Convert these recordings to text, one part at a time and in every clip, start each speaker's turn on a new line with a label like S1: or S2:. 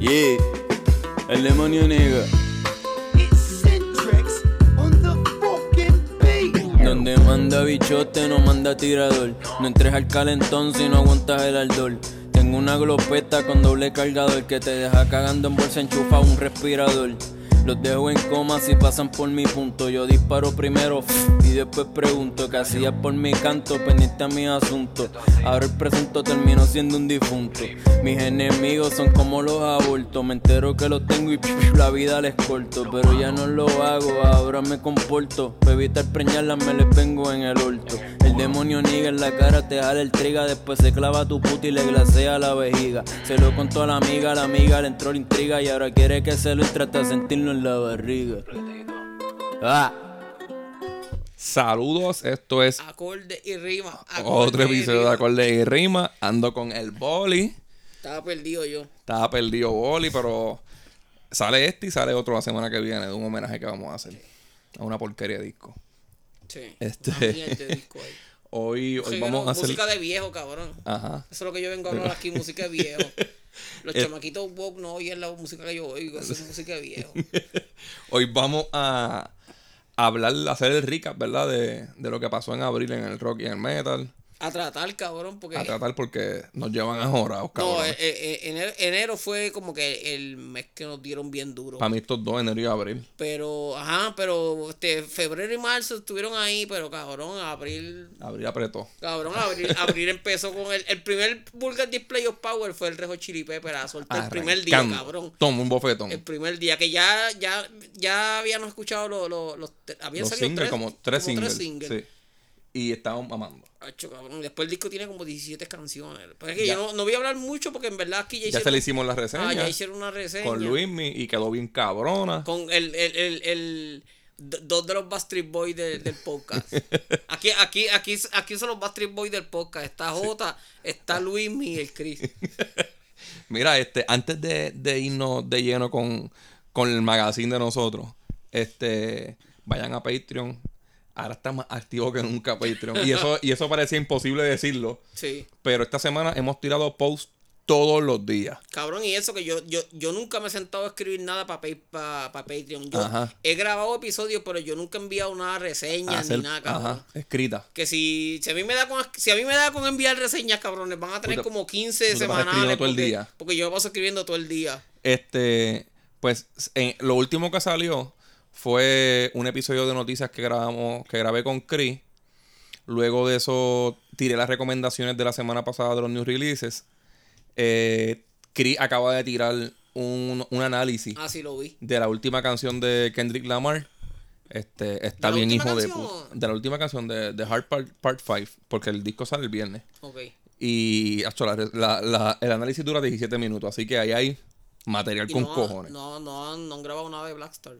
S1: Yeah, el demonio negro. Donde manda bichote no manda tirador. No entres al calentón si no aguantas el ardor. Tengo una glopeta con doble cargador que te deja cagando en bolsa enchufa un respirador. Los dejo en coma si pasan por mi punto. Yo disparo primero y después pregunto qué hacías por mi canto, pendiente a mi asunto. Ahora el presunto terminó siendo un difunto. Mis enemigos son como los abortos. Me entero que los tengo y la vida les corto. Pero ya no lo hago, ahora me comporto. Para evitar preñarlas me les vengo en el orto. El demonio niga en la cara, te jala el triga. Después se clava tu puta y le glasea la vejiga. Se lo contó a la amiga, la amiga le entró la intriga. Y ahora quiere que se lo y trata de sentirlo en la barriga. Ah.
S2: Saludos, esto es
S3: Acorde y rima. Ah,
S2: otro
S3: acorde y
S2: episodio de
S3: rima.
S2: Acorde y Rima. Ando con el boli.
S3: Estaba perdido yo.
S2: Estaba perdido boli, pero sale este y sale otro la semana que viene de un homenaje que vamos a hacer a una porquería de disco.
S3: Sí.
S2: Este-
S3: Una mierda de disco ahí.
S2: Hoy,
S3: Sí,
S2: hoy
S3: no,
S2: vamos a hacer. Ah.
S3: Música de viejo, cabrón.
S2: Ajá.
S3: Eso es lo que yo vengo a hablar aquí, música de viejo.
S2: Eh.
S3: Los chamaquitos woke no oyen la música que yo oigo, eso es música de viejo.
S2: Hoy vamos a hablar, a hacer el recap, ¿verdad? De, de lo que pasó en abril en el rock y en el metal.
S3: A tratar, cabrón, porque...
S2: A tratar porque nos llevan a jorados, cabrón.
S3: No, eh, eh, enero, enero fue como que el mes que nos dieron bien duro.
S2: Para mí estos dos, enero y abril.
S3: Pero, ajá, pero este, febrero y marzo estuvieron ahí, pero cabrón, abril...
S2: Abril apretó.
S3: Cabrón, abril, abril empezó con el, el primer Vulgar Display of Power fue el Rejo Chili Pepper a soltar el primer día,
S2: Arrancando.
S3: cabrón.
S2: Toma un bofetón.
S3: El primer día, que ya, ya, ya habíamos escuchado los, los, los- habían
S2: Los
S3: salido
S2: singles,
S3: tres,
S2: como tres
S3: como
S2: singles. sí. Y estábamos mamando.
S3: Acho, cabrón. Después el disco tiene como 17 canciones. Pero es que
S2: Ya.
S3: yo no, no voy a hablar mucho porque en verdad aquí ya
S2: Ya
S3: hicieron,
S2: se le hicimos la reseña
S3: ah, ya hicieron una reseña.
S2: con Luismi y quedó bien cabrona.
S3: Con el, el, el, el- do- dos de los Bastard Boys de- del podcast. Aquí, aquí, aquí, aquí son los Bastard Boys del podcast. Está Jota, está Luismi y el Chris.
S2: Mira, este, antes de, de irnos de lleno con, con el magazine de nosotros, este, vayan a Patreon. Ahora está más activo que nunca Patreon. Y eso, y eso parecía imposible decirlo.
S3: Sí.
S2: Pero esta semana hemos tirado posts todos los días.
S3: Cabrón, y eso que yo, yo, yo nunca me he sentado a escribir nada para Patreon. Yo
S2: Ajá.
S3: he grabado episodios, pero yo nunca he enviado una reseña
S2: Hacer-
S3: ni nada, cabrón.
S2: ajá, escrita.
S3: Que si, si a mí me da con si a mí me da con enviar reseñas, cabrones, van a tener
S2: Tú te-
S3: como
S2: tú
S3: 15
S2: te pasas escribiendo
S3: semanales.
S2: todo el
S3: porque,
S2: día.
S3: porque yo me paso escribiendo todo el día.
S2: Este, pues en- lo último que salió fue un episodio de noticias que grabamos, que grabé con Chris. Luego de eso tiré las recomendaciones de la semana pasada de los new releases. Eh, Chris acaba de tirar un, un análisis
S3: Ah, sí, lo vi.
S2: de la última canción de Kendrick Lamar. Este, está
S3: ¿De la
S2: bien hijo
S3: última
S2: de
S3: canción?
S2: puta. De la última canción de, de Hard Part, Part 5, porque el disco sale el viernes.
S3: Ok.
S2: Y acho, la- la- la- el análisis dura 17 minutos, así que ahí hay material
S3: Y
S2: con
S3: no,
S2: cojones.
S3: No, no, han- no han grabado nada de Blackstar.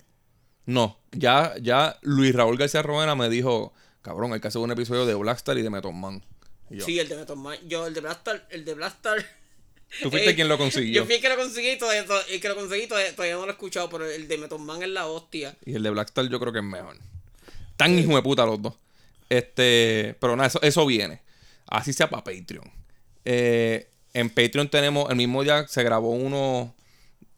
S2: No, ya, ya Luis Raúl García Rovena me dijo, cabrón, hay que hacer un episodio de Blackstar y de Metal Man. Y yo,
S3: Sí, el de Metal Man. Yo, el de Blackstar, el de Blackstar.
S2: Tú fuiste
S3: Eh,
S2: quien lo
S3: Yo
S2: consiguió.
S3: fui el que lo conseguí y todavía, to- el que lo conseguí todavía, todavía no lo he escuchado, pero el de Metal Man es la hostia.
S2: Y el de Blackstar yo creo que es mejor. Tan hijo de puta los dos. Este, pero nada, eso, eso viene. Así sea para Patreon. Eh, en Patreon tenemos, el mismo día se grabó uno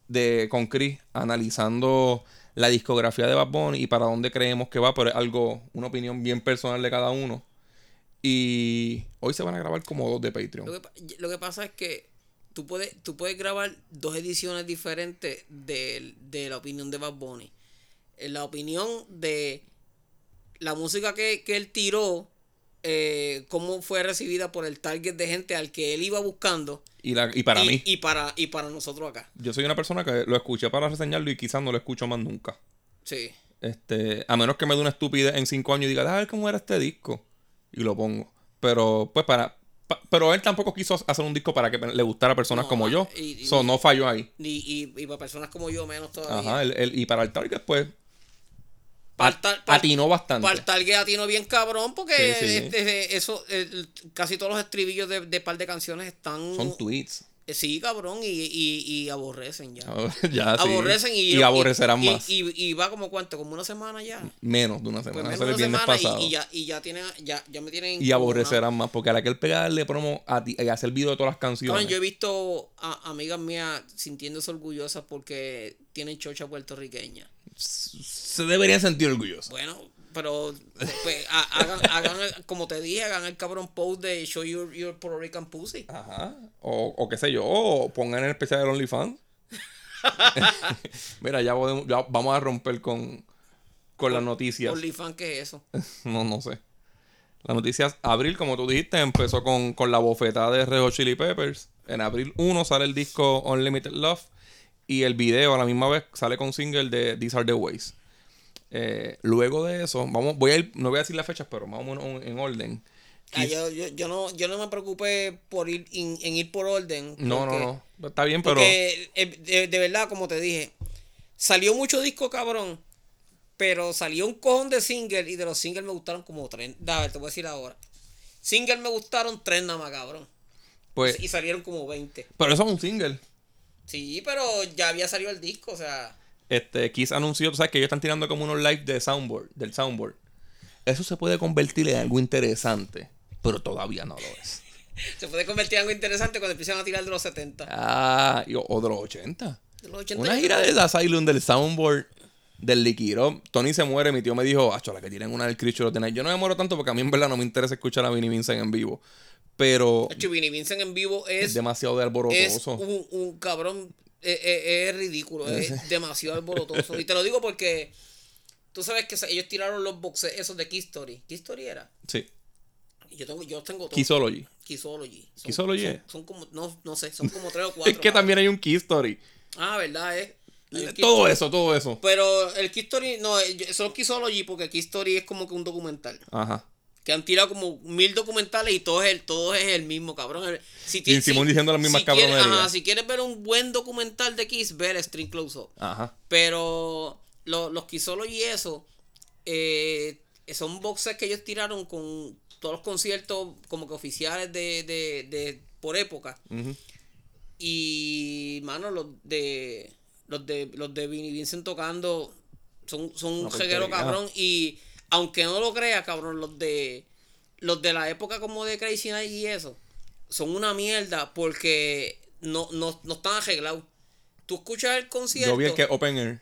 S2: de con Chris analizando la discografía de Bad Bunny y para dónde creemos que va, pero es algo, una opinión bien personal de cada uno. Y hoy se van a grabar como dos de Patreon.
S3: Lo que, pa- lo que pasa es que tú puedes, tú puedes grabar dos ediciones diferentes de, de la opinión de Bad Bunny. Eh, La opinión de la música que, que él tiró, eh, cómo fue recibida por el target de gente al que él iba buscando.
S2: Y, la- y para
S3: y,
S2: mí,
S3: Y para, y para nosotros acá.
S2: yo soy una persona que lo escuché para reseñarlo y quizás no lo escucho más nunca.
S3: Sí.
S2: Este, a menos que me dé una estupidez en cinco años y diga, a ver cómo era este disco. Y lo pongo. Pero, pues, para. pa- pero él tampoco quiso hacer un disco para que le gustara a personas
S3: No,
S2: como yo.
S3: y- y-
S2: so, no falló ahí.
S3: Y, y, y para personas como yo, menos todavía.
S2: Ajá. él- él- y para el Target, pues.
S3: Para
S2: a-
S3: el tar- para-
S2: atinó bastante.
S3: Para el target a ti no bien cabrón, porque
S2: Sí, sí.
S3: este, eso, el- casi todos los estribillos de, de par de canciones están
S2: Son tweets.
S3: Eh, Sí, cabrón, y, y, y aborrecen ya.
S2: ya, Ah, sí.
S3: aborrecen y,
S2: Y aborrecerán
S3: y-
S2: más.
S3: Y, y va como cuánto, como una semana ya.
S2: menos de una
S3: Pues
S2: semana.
S3: menos
S2: Eso
S3: de
S2: es el
S3: una
S2: viernes
S3: semana
S2: pasado.
S3: y, y ya, y ya tienen, ya, ya me tienen.
S2: y aborrecerán más. Porque a la que él pegarle promo a ti, y hacer video de todas las
S3: Cabrón,
S2: canciones.
S3: yo he visto a amigas mías sintiéndose orgullosas porque tienen chocha puertorriqueña.
S2: Se deberían sentir orgullosos.
S3: Bueno, pero pues, ha- hagan, hagan el- como te dije, hagan el cabrón post de Show Your, your Puerto Rican Pussy.
S2: Ajá. O, o qué sé yo. O pongan el especial del OnlyFans. Mira, ya, podemos- ya vamos a romper con, con las noticias.
S3: OnlyFans, ¿qué es eso?
S2: No, no sé. Las noticias, abril, como tú dijiste, empezó con, con la bofetada de Red Hot Chili Peppers. En abril 1 sale el disco Unlimited Love y el video a la misma vez sale con single de These Are The Ways. Eh, luego de eso, vamos, voy a ir- no voy a decir las fechas, pero más o menos en orden.
S3: Ah, yo, yo, yo no, yo no me preocupé por ir in- en ir por orden.
S2: No,
S3: porque-
S2: no, no, está bien, pero
S3: Porque eh, de, de verdad, como te dije, salió mucho disco cabrón, pero salió un cojón de single y de los singles me gustaron como tres. Dale, te voy a decir ahora. Single me gustaron tres nada más, cabrón.
S2: pues,
S3: Y salieron como 20.
S2: pero eso es un single.
S3: Sí, pero ya había salido el disco, o sea.
S2: Este, Kiss anunció, tú sabes que ellos están tirando como unos live de soundboard, del soundboard. Eso se puede convertir en algo interesante, pero todavía no lo es.
S3: Se puede convertir en algo interesante cuando empiezan a tirar de los 70.
S2: Ah, y- o de los 80.
S3: De los 80
S2: Una
S3: yo
S2: gira
S3: creo-
S2: de The Asylum del Soundboard del Liquiro. Tony se muere, mi tío me dijo, acho, la que tienen una del Creature of the Night". Yo no me muero tanto porque a mí en verdad no me interesa escuchar a Vinnie Vincent en vivo. Pero
S3: Nacho, Vinnie Vincent en vivo
S2: es,
S3: es,
S2: demasiado de
S3: es
S2: alborotoso.
S3: un, un cabrón. eh, eh, Es, ridículo, es demasiado alborotoso. Y te lo digo porque tú sabes que se- ellos tiraron los boxes esos de Key Story. Key Story era.
S2: Sí.
S3: Y Yo tengo, yo tengo todo.
S2: Kissology.
S3: Kissology. Son-
S2: Kissology
S3: Son,
S2: es.
S3: son como, no, no sé, son como tres o cuatro.
S2: Es que también hay un Key Story.
S3: cabrón. Ah, verdad, eh. Hay un Key
S2: Todo
S3: Story.
S2: eso, todo eso.
S3: Pero el Key Story, no, eh, yo- son Kissology porque Key Story es como que un documental.
S2: Ajá.
S3: Que han tirado como mil documentales y todo es el, todo es el mismo, cabrón. El- si ti-
S2: Y Simón diciendo las mismas
S3: si quieres-
S2: cabronerías.
S3: ajá, si quieres ver un buen documental de Kiss, ver String Close Up.
S2: Ajá.
S3: Pero lo- los Kisolo y eso eh, son boxes que ellos tiraron con todos los conciertos como que oficiales de, de, de- por época.
S2: Ujú.
S3: Y, mano, los de los de los de Vinnie Vincent tocando son, son un
S2: Una
S3: reguero
S2: porquería.
S3: cabrón. Y aunque no lo creas, cabrón, los de los de la época como de Crazy Night y eso son una mierda porque no, no, no están arreglados. Tú escuchas el concierto
S2: Yo vi el que Open Air.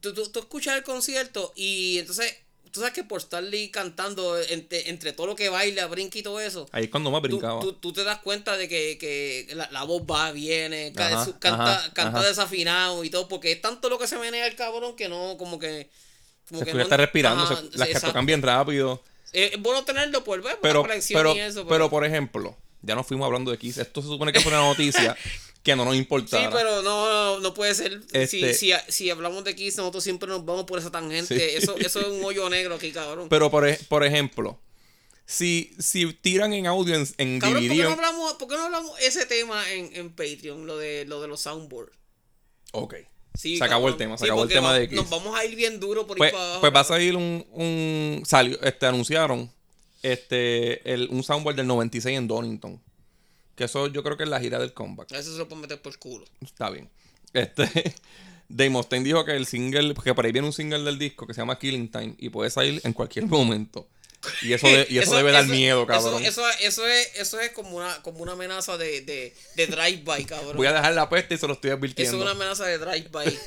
S3: tú, tú- tú escuchas el concierto y entonces tú sabes que por estarle cantando entre, entre todo lo que baila, brinca y todo eso,
S2: Ahí es cuando más
S3: tú,
S2: brincaba.
S3: tú- tú te das cuenta de que, que la, la voz va, viene, ca-
S2: Ajá,
S3: su- canta,
S2: ajá,
S3: canta
S2: ajá.
S3: desafinado y todo, porque es tanto lo que se menea el cabrón que no, como que... Como
S2: Se
S3: que
S2: escucha
S3: no-
S2: estar respirando.
S3: ajá,
S2: se- las que
S3: exacto.
S2: tocan bien rápido.
S3: Eh, Es bueno tenerlo por ver, por
S2: pero,
S3: la colección
S2: pero,
S3: y eso.
S2: pero, por ejemplo, ya nos fuimos hablando de Kiss. Esto se supone que fue una noticia que no nos importara.
S3: Sí, pero no, no, no puede ser.
S2: Este-
S3: Si, si, si hablamos de Kiss, nosotros siempre nos vamos por esa tangente.
S2: Sí.
S3: Eso, eso es un hoyo negro aquí, cabrón.
S2: Pero, por, ej- por ejemplo, si, si tiran en audio en, en
S3: Cabrón, ¿por qué,
S2: DVD.
S3: no hablamos, por qué no hablamos ese tema en, en Patreon? Lo de, lo de los soundboards.
S2: Ok.
S3: Sí,
S2: se acabó
S3: cabrón.
S2: el tema, se
S3: Sí,
S2: acabó el
S3: porque
S2: tema
S3: va-
S2: de Kiss.
S3: Nos vamos a ir bien duro por
S2: Pues,
S3: ir para abajo.
S2: pues va a salir un, un salió, este, anunciaron este el, un soundboard del 96 en Donington. Que eso yo creo que es la gira del comeback.
S3: Eso se lo puedo meter por el culo.
S2: Está bien. Este. Dave Mustaine dijo que el single, que por ahí viene un single del disco que se llama Killing Time y puede salir en cualquier momento. Y eso, de- y eso, debe dar miedo,
S3: eso-
S2: cabrón.
S3: Eso, eso es, eso es como, una, como una amenaza de, de, de drive-by, cabrón.
S2: Voy a dejar la peste y se lo estoy
S3: eso
S2: advirtiendo.
S3: es una amenaza de drive-by.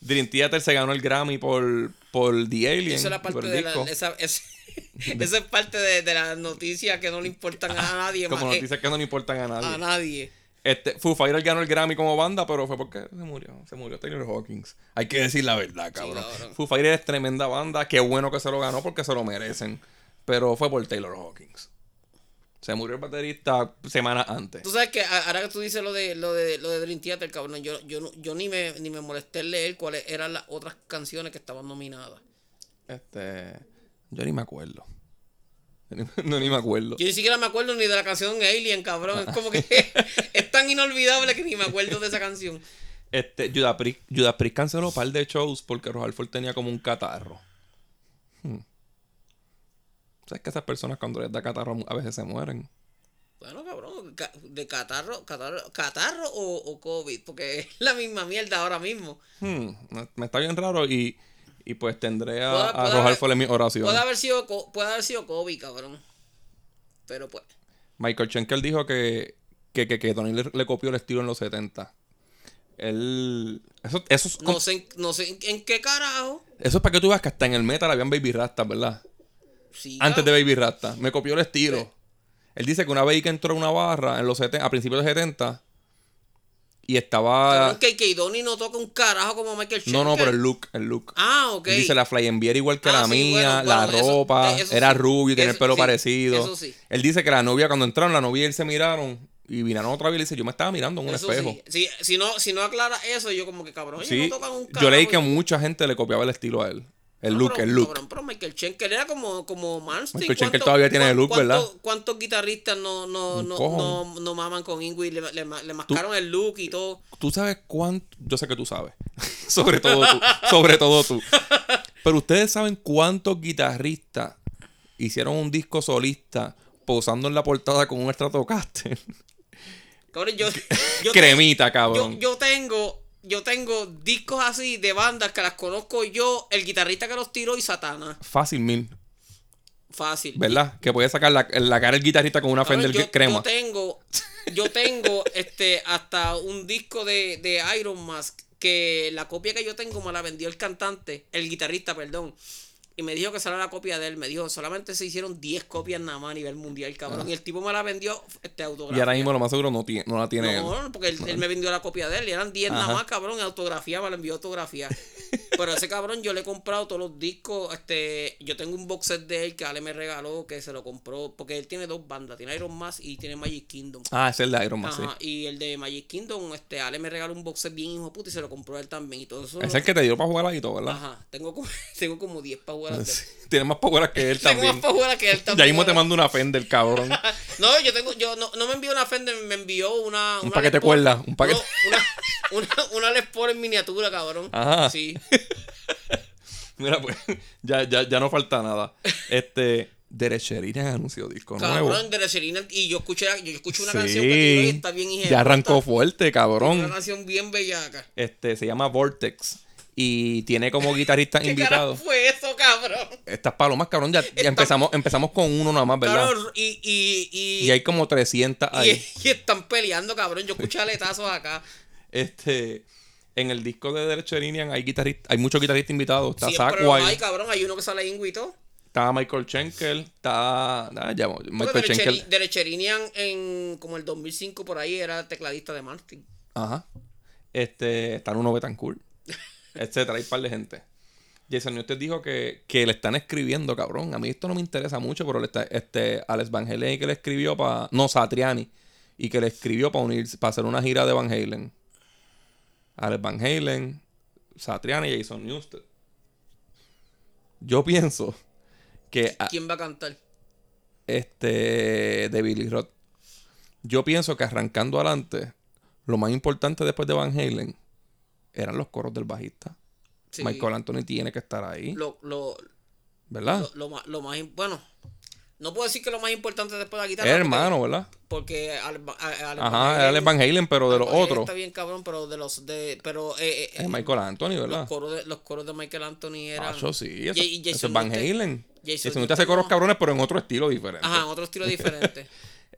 S2: Dream Theater se ganó el Grammy por, por The Alien.
S3: Eso es la parte
S2: por el
S3: de la,
S2: disco.
S3: esa, es- eso es parte de, de las noticias que no le importan a nadie
S2: Como
S3: más. Ah, eh,
S2: noticias que no me importan a nadie.
S3: a nadie.
S2: Este, Foo Fighters ganó el Grammy como banda, pero fue porque se murió. Se murió Taylor Hawkins. Hay que decir la verdad, cabrón.
S3: cabrón.
S2: Foo Fighters es tremenda banda. Qué bueno que se lo ganó porque se lo merecen. Pero fue por Taylor Hawkins. Se murió el baterista semanas antes.
S3: Tú sabes que a- ahora que tú dices lo de lo de lo de Dream Theater, cabrón, yo, yo, no- yo ni me ni me molesté en leer cuáles eran las otras canciones que estaban nominadas.
S2: Este, yo ni me acuerdo. Ni- No, ni me acuerdo.
S3: Yo ni siquiera me acuerdo ni de la canción Alien, cabrón. Es como que es tan inolvidable que ni me acuerdo de esa canción.
S2: Este, Judas Priest, Judas Priest canceló un par de shows porque Roger Ford tenía como un catarro. Hmm. ¿Sabes que esas personas cuando les da catarro a veces se mueren?
S3: Bueno, cabrón, ca- de catarro, catarro, catarro o, o COVID, porque es la misma mierda ahora mismo.
S2: Hmm, me- me está bien raro y, y pues tendré a,
S3: Puede-
S2: a
S3: puede
S2: arrojar
S3: haber-
S2: fuera mis
S3: Puede
S2: oraciones.
S3: haber sido, co- puede haber sido COVID, cabrón. Pero pues,
S2: Michael Schenker dijo que, que, que, que Tony le, le copió el estilo en los 70. Él. Eso, eso, es
S3: no
S2: como-
S3: sé, en- no sé en, en qué carajo.
S2: eso es para que tú veas que hasta en el metal habían Baby Rastas, ¿verdad?
S3: Sí,
S2: Antes de
S3: cabrón.
S2: Baby Rasta. Me copió el estilo.
S3: Sí.
S2: Él dice que una vez que entró a una barra en los 70, a principios de los 70 y estaba.
S3: Cabrón, que Keidoni no toca un carajo como Michael Schenker.
S2: No, no, pero el look, el look.
S3: Ah, ok.
S2: Él dice la flyembiera igual que
S3: Ah,
S2: la
S3: sí,
S2: mía,
S3: bueno,
S2: la
S3: bueno, eso-
S2: ropa,
S3: eh, eso
S2: era
S3: sí.
S2: rubio y tenía el
S3: Eso-
S2: pelo
S3: sí,
S2: parecido.
S3: eso sí.
S2: Él dice que la novia, cuando entraron, la novia y él se miraron y miraron otra vez y le dice, yo me estaba mirando en un
S3: Eso
S2: espejo.
S3: sí. Sí, si, no, si no aclara eso, yo como que cabrón, ellos
S2: Sí,
S3: no tocan un carajo.
S2: yo leí que mucha gente le copiaba el estilo a él. El
S3: No,
S2: look,
S3: pero-
S2: el look.
S3: Cabrón, pero Michael Schenker era como, como Malmsteen.
S2: Michael Schenker
S3: ¿Cuánto-
S2: todavía tiene el look,
S3: cuánto-
S2: ¿verdad?
S3: ¿Cuántos guitarristas no, no,
S2: Un
S3: no,
S2: cojón.
S3: no, no maman con Ingui? Le, le, le mascaron el look y todo.
S2: Tú sabes cuánto. Yo sé que tú sabes. sobre todo tú. Sobre todo tú. Pero ustedes saben cuántos guitarristas hicieron un disco solista posando en la portada con un Stratocaster.
S3: Cabrón, yo, yo,
S2: Cremita,
S3: yo,
S2: cabrón.
S3: yo tengo... Yo tengo discos así de bandas que las conozco yo, el guitarrista que los tiró y Satana.
S2: Fácil, mil.
S3: Fácil.
S2: ¿Verdad? Que podía sacar la, la cara del guitarrista con una
S3: Cabrón,
S2: Fender
S3: yo,
S2: que- crema.
S3: yo tengo, yo tengo este, hasta un disco de, de Iron Mask que la copia que yo tengo me la vendió el cantante, el guitarrista, perdón. Y me dijo que será la copia de él. Me dijo, solamente se hicieron 10 copias nada más a nivel mundial, cabrón. Y el tipo me la vendió este
S2: Ah. Y ahora
S3: autografía.
S2: mismo lo más seguro no, tiene, no la tiene él.
S3: No, no, porque él, él me vendió la copia de él. Y eran 10 nada
S2: Ajá.
S3: más, cabrón. Y autografía, me la envió autografía. Pero ese cabrón, yo le he comprado todos los discos. Este, yo tengo un box set de él que Ale me regaló, que se lo compró. Porque él tiene dos bandas, tiene Iron Mask y tiene Magic Kingdom.
S2: Ah, ese es el de Iron Man, sí.
S3: Ajá, y el de Magic Kingdom, este, Ale me regaló un box set bien hijo de puta y se lo compró él también. Y todo eso.
S2: Es el que te dio para jugar ahí todo, ¿verdad?
S3: Ajá, tengo como, tengo como 10 para jugar.
S2: Sí. Tiene más power que él
S3: Tengo más
S2: también.
S3: para jugar que él
S2: Ya
S3: también.
S2: mismo te mando una Fender, cabrón.
S3: No, yo tengo, yo no, no me envió una Fender, me envió una.
S2: Un
S3: una
S2: paquete
S3: Les Paul.
S2: cuerda, un paquete-
S3: No, Una, una, una Les Paul en miniatura, cabrón.
S2: Ajá.
S3: Sí.
S2: Mira, pues, ya, ya, ya no falta nada. Este, Derecherina anunció disco Pues nuevo.
S3: Cabrón, de la Selena, Y yo escuché, yo escuché una canción que tiró y
S2: Sí.
S3: está bien hija de
S2: Ya arrancó
S3: puta.
S2: fuerte,
S3: Una
S2: cabrón.
S3: canción bien bellaca.
S2: Este, se llama Vortex. Y tiene como guitarrista
S3: ¿Qué carajo
S2: invitado.
S3: fue eso, cabrón?
S2: Estas palomas, cabrón, ya, ya empezamos, empezamos con uno nada más, ¿verdad?
S3: Cabrón, y, y, y,
S2: Y hay como 300 ahí.
S3: y- y están peleando, cabrón. Yo escuché aletazos acá.
S2: Este, en el disco de Derecherinian hay guitarrista, hay muchos guitarristas invitados. Está Zach
S3: Siempre los hay,
S2: Wild,
S3: cabrón. Hay uno que sale inguito.
S2: está Michael Schenkel, está. ah, ya, Michael Schenkel.
S3: Derecherian en como el 2005 por ahí era tecladista de Martin.
S2: Ajá. Este, están uno Betancourt, etcétera. Hay un par de gente. Jason usted dijo que, que le están escribiendo, cabrón. A mí esto no me interesa mucho, pero le está, este, Alex Van Halen que le escribió para. No, Satriani. Y que le escribió para unirse, para hacer una gira de Van Halen. Alex Van Halen, Satriani y Jason Newsted. Yo pienso que a-
S3: ¿Quién va a cantar?
S2: este de Billy Roth. Yo pienso que arrancando adelante, lo más importante después de Van Halen eran los coros del bajista.
S3: Sí.
S2: Michael Anthony Ah. tiene que estar ahí,
S3: Lo, lo,
S2: ¿verdad?
S3: lo, lo más, lo más im- bueno, no puedo decir que lo más importante después de la guitarra.
S2: Era
S3: porque-
S2: hermano, ¿verdad?
S3: Porque Al- a- a- Alex
S2: Ajá,
S3: Van
S2: era
S3: Halen-
S2: Alex Van Halen, pero de los
S3: Van Halen
S2: otros.
S3: Está bien cabrón, pero de los de pero eh, eh,
S2: Es Michael Ah, Anthony, ¿verdad?
S3: los coros de, los coros de Michael Anthony eran
S2: Acho, sí, eso,
S3: Y- y
S2: eso
S3: Jason
S2: es Van
S3: Newsted-
S2: Halen. Jason
S3: Jason
S2: Newsted hace
S3: Newsted
S2: coros
S3: no.
S2: cabrones, pero en otro estilo diferente.
S3: Ajá, otro estilo diferente.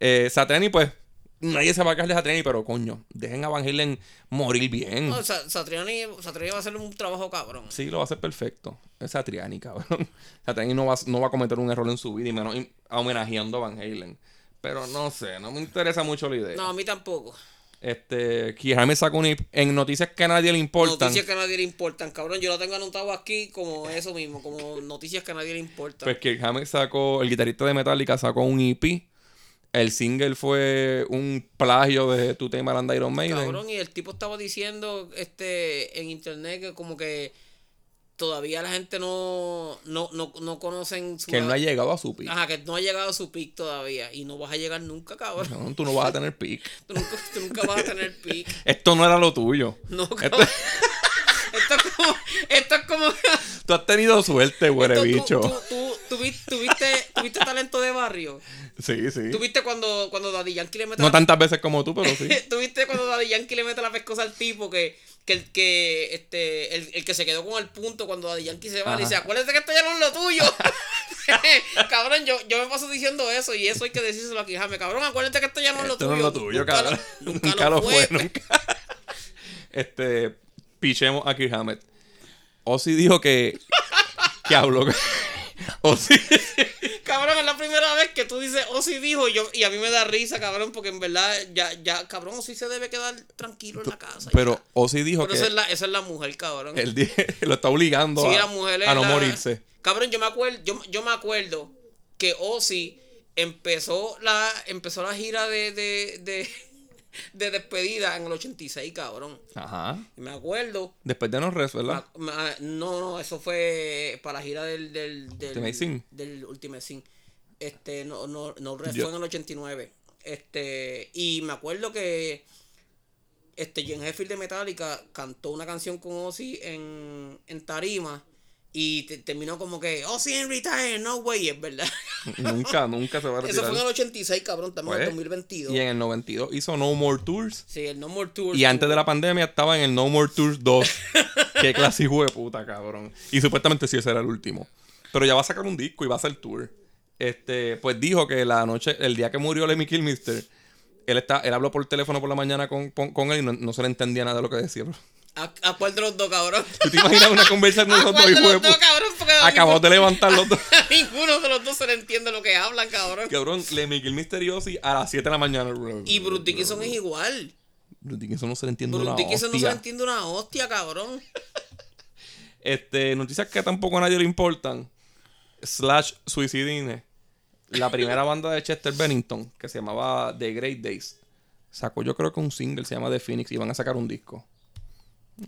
S2: Eh, Satriani, pues, nadie se va a caerle a Satriani, pero coño, dejen a Van Halen morir bien.
S3: No, Sa- Satriani, Satriani va a hacer un trabajo cabrón.
S2: Sí, lo va a hacer perfecto. Es Satriani, cabrón. Satriani no va, no va a cometer un error en su vida y menos in- homenajeando a Van Halen. Pero no sé, no me interesa mucho la idea.
S3: No, a mí tampoco.
S2: Este, Kijame sacó un hip- en noticias que a nadie le importan.
S3: Noticias que a nadie le importan, cabrón. Yo lo tengo anotado aquí como eso mismo, como noticias que a nadie le importan.
S2: Pues Kirkham sacó, el guitarrista de Metallica sacó un EP. El single fue un plagio de tu tema Land Iron Maiden.
S3: Cabrón, y el tipo estaba diciendo este en internet que como que todavía la gente no no, no, no conocen su
S2: que él no ha llegado a su pick.
S3: Ajá, que no ha llegado a su pick todavía y no vas a llegar nunca, cabrón.
S2: Cabrón, tú no vas a tener pick.
S3: Tú nunca, tú nunca vas a tener pick.
S2: Esto no era lo tuyo.
S3: No, cabrón. Esto es como esto es como
S2: Tú has tenido suerte, güere
S3: Esto, tú-
S2: bicho.
S3: Tú, tú- tú vi- tuviste, tuviste, viste talento de barrio?
S2: Sí, sí.
S3: ¿Tú viste cuando, cuando Daddy Yankee le mete
S2: No
S3: la...
S2: tantas veces como tú, pero sí.
S3: ¿Tú viste cuando Daddy Yankee le mete la pescosa al tipo que, que, el- que este, el, el que se quedó con el punto cuando Daddy Yankee se va
S2: Ajá.
S3: le dice, acuérdate que esto ya no es lo tuyo? cabrón, yo, yo me paso diciendo eso y eso hay que decírselo aquí, Jame. Cabrón, acuérdate que esto ya no es lo
S2: Esto
S3: tuyo.
S2: no es lo tuyo,
S3: Nunca lo-
S2: cabrón.
S3: Nunca, lo fue.
S2: nunca. Este, pichemos a Kirk Hammett. Ozzy dijo que. que habló. con- Ozzy.
S3: Cabrón, es la primera vez que tú dices, oh sí dijo, y, yo, y a mí me da risa, cabrón, porque en verdad, ya, ya, cabrón, sí se debe quedar tranquilo en la casa.
S2: Pero
S3: ya.
S2: Ozzy dijo
S3: Pero esa es
S2: que.
S3: la, esa es la mujer, cabrón.
S2: él di- lo está obligando
S3: Sí,
S2: a,
S3: la mujer es
S2: a no
S3: la-
S2: morirse.
S3: Cabrón, yo me acuerdo, yo, yo me acuerdo que Ozzy empezó la, empezó la gira de, de, de, de despedida en el 86, cabrón.
S2: Ajá.
S3: Y me acuerdo.
S2: Después de No Res, ¿verdad?
S3: ma- Ah, ma- no, no, eso fue para la gira del, del, del
S2: Ultimate Sin.
S3: Del Ultimate Sin. Este, no, no, no fue
S2: Yo-
S3: en el 89. Este, y me acuerdo que este Jen Heffield de Metallica cantó una canción con Ozzy en, en Tarima y te- terminó como que Ozzy en retire, no way, es verdad.
S2: nunca, nunca se va a
S3: Ah. Eso
S2: retirar.
S3: fue en el 86, cabrón, también en el
S2: Pues,
S3: 2022.
S2: Y en el 92 hizo No More Tours.
S3: Sí, el No More Tour.
S2: Y antes de la pandemia estaba en el No More Tours 2. Qué clase hijo de puta, cabrón. Y supuestamente sí, ese era el último. Pero ya va a sacar un disco y va a hacer tour. Este, pues dijo que la noche, el día que murió Lemmy Kilmister, él está, él habló por teléfono por la mañana con, con- con él y no, no se le entendía nada de lo que decía. bro.
S3: ¿A, a cuál de los dos, cabrón?
S2: ¿Tú te imaginas una conversación con
S3: ¿A
S2: nosotros,
S3: cuál de
S2: hijo de
S3: los dos,
S2: puta?
S3: cabrón? Porque a
S2: Acabamos de
S3: ninguno-
S2: levantar los dos.
S3: a ninguno de los dos se le entiende lo que hablan, cabrón.
S2: Cabrón, Lemmy Kilmister y Ozzy a las 7 de la mañana. bro.
S3: Y Bruce Dickinson es igual.
S2: Bruce Dickinson no se le entiende
S3: Bruce
S2: una
S3: Dickinson no se
S2: hostia.
S3: le entiende una hostia, cabrón.
S2: Este, noticias que tampoco a nadie le importan. Slash Suicidine. La primera banda de Chester Bennington, que se llamaba The Great Days, sacó yo creo que un single, se llama The Phoenix, y van a sacar un disco.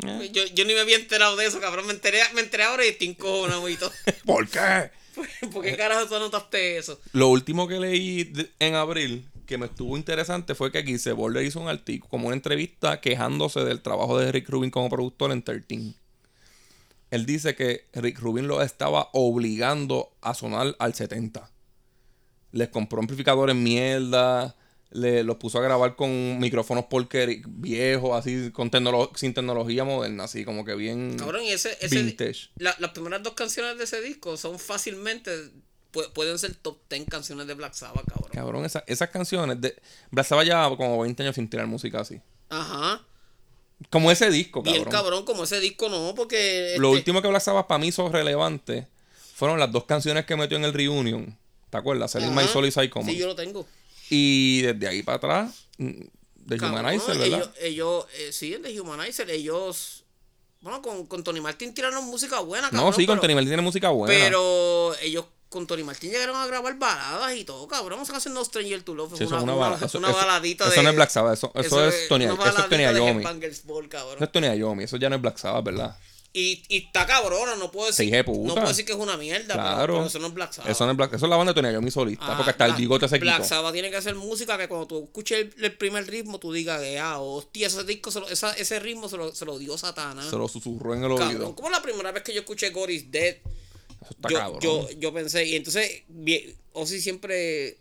S2: Eh,
S3: Yo, yo ni me había enterado de eso, cabrón. Me enteré, me enteré ahora y estoy encojonado, amiguito.
S2: ¿Por qué?
S3: ¿Por qué carajo tú anotaste eso?
S2: Lo último que leí de- en abril que me estuvo interesante fue que Gisebol le hizo un artículo, como una entrevista quejándose del trabajo de Rick Rubin como productor en 13. Él dice que Rick Rubin lo estaba obligando a sonar al 70. Les compró amplificadores mierda, le, los puso a grabar con micrófonos porquerí viejos, así, con tecnolo- sin tecnología moderna, así como que bien
S3: Cabrón, y ese. ese
S2: Mm. vintage.
S3: la- las primeras dos canciones de ese disco son fácilmente. pu- pueden ser top 10 canciones de Black Sabbath, cabrón.
S2: Cabrón, esa- esas canciones de... Blasaba ya como 20 años sin tirar música así.
S3: Ajá.
S2: Como ese disco,
S3: Bien,
S2: cabrón.
S3: cabrón. como ese disco no, porque.
S2: Lo
S3: este,
S2: último que Black Sabbath para mí son relevantes fueron las dos canciones que metió en el Reunion. ¿Te acuerdas? Salir My
S3: ajá.
S2: Soul y Psychoma.
S3: Sí, yo lo tengo.
S2: Y desde ahí para atrás, mm, de
S3: Cabrón,
S2: Humanizer,
S3: ellos,
S2: ¿verdad?
S3: ellos eh, sí, el de Humanizer, ellos. Bueno, con, con Tony Martin tiraron música buena, cabrón.
S2: no, sí, con
S3: pero-
S2: Tony Martin tiene música buena.
S3: Pero ellos con Tony Martín llegaron a grabar baladas y todo, cabrón. Esa canción No Stranger to Love es
S2: Sí, eso es
S3: una, una,
S2: una balada.
S3: una baladita
S2: eso,
S3: de.
S2: no es Black Sabbath, eso, eso es Tony,
S3: una
S2: eso es Tony
S3: baladita de
S2: Iommi. Eso
S3: Headbangers Ball, cabrón.
S2: es Tony Iommi, eso ya no es Black Sabbath, ¿verdad?
S3: Y, y está cabrona, no puedo decir.
S2: Sí, jeputa.
S3: No puedo decir que es una mierda, pero-
S2: Claro.
S3: pero, eso no es Black Sabbath.
S2: Eso, no es Black- eso es la banda de Tony Iommi solista,
S3: Ajá,
S2: Ah, porque hasta el
S3: Black-
S2: bigote se quitó.
S3: Black Sabbath tiene que hacer música que cuando tú escuches el, el primer ritmo, tú digas que, ah, hostia, ese, disco se lo- esa- ese ritmo se lo, se lo dio Satanás.
S2: Se lo susurró en el
S3: ¿eh? Cabrón,
S2: oído.
S3: como la primera vez que yo escuché God is Dead,
S2: Eso está
S3: yo,
S2: cabrón.
S3: yo, yo pensé, y entonces, bien, Ozzy siempre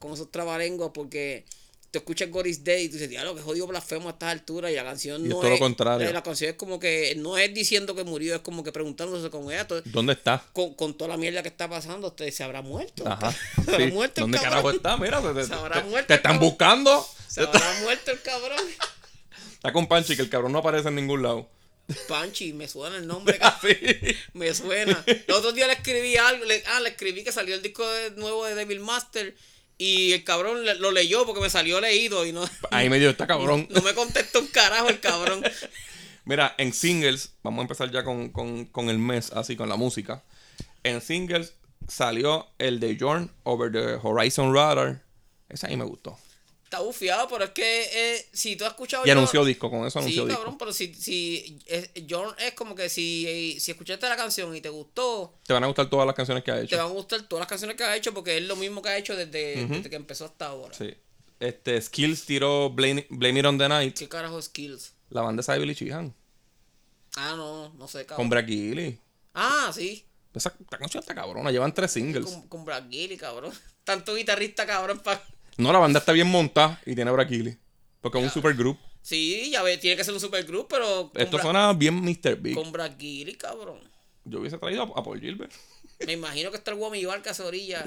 S3: con esos trabalenguas, porque tú escuchas Goris Day y tú dices, diablo, que jodido blasfemo a estas alturas, y la canción
S2: Y es
S3: no
S2: todo lo
S3: es-
S2: contrario.
S3: eh, La canción es como que no es diciendo que murió, es como que preguntándose con ella, to-
S2: ¿Dónde está?
S3: con, con toda la mierda que está pasando, usted se habrá muerto.
S2: Ajá.
S3: Se habrá
S2: Sí.
S3: muerto el
S2: ¿Dónde
S3: cabrón.
S2: carajo está? Mira, se- se-
S3: Se habrá
S2: te,
S3: muerto
S2: te
S3: el
S2: están
S3: cabrón.
S2: buscando.
S3: Se habrá muerto el cabrón.
S2: Está con Panchi, que el cabrón no aparece en ningún lado.
S3: Panchi, me suena el nombre, cabrón. Me suena. Los otros días le escribí algo. le- ah, le escribí que salió el disco de- nuevo de Devil Master. Y el cabrón le- lo leyó porque me salió leído y no,
S2: Ahí me dio, está cabrón.
S3: no me contestó un carajo el cabrón.
S2: Mira, en singles, vamos a empezar ya con, con- con el mes, así, con la música. En singles salió el de Jorn Over the Horizon Radar. Esa ahí me gustó.
S3: Está bufiado, pero es que eh, si tú has escuchado.
S2: Y
S3: Jorn-
S2: anunció disco, con eso
S3: Sí,
S2: anunció disco.
S3: cabrón, pero si. si es, Jorn es como que si, si escuchaste la canción y te gustó,
S2: Te van a gustar todas las canciones que ha
S3: te
S2: hecho.
S3: van a gustar todas las canciones que ha hecho porque es lo mismo que ha hecho desde, desde que empezó hasta ahora.
S2: Sí. Este, Skills tiró Blame, Blame It on the Night,
S3: ¿Qué carajo Skills?
S2: la banda esa de Billy Sheehan,
S3: Ah, no, no sé, cabrón.
S2: con Brad Gilly.
S3: Ah, sí.
S2: Esa, esta canción está cabrona, llevan tres singles.
S3: Con, con Brad Gilly, cabrón. Tanto guitarrista, cabrón, para.
S2: No, la banda está bien montada y tiene a Braquili. Porque es un supergroup.
S3: Sí, ya ve, tiene que ser un supergroup, pero. Con,
S2: Esto
S3: Bra-
S2: suena bien Mr. Big.
S3: con Brad Gilly, cabrón.
S2: Yo hubiese traído a, a Paul Gilbert.
S3: Me imagino que está el Woman Igual que a esa orilla.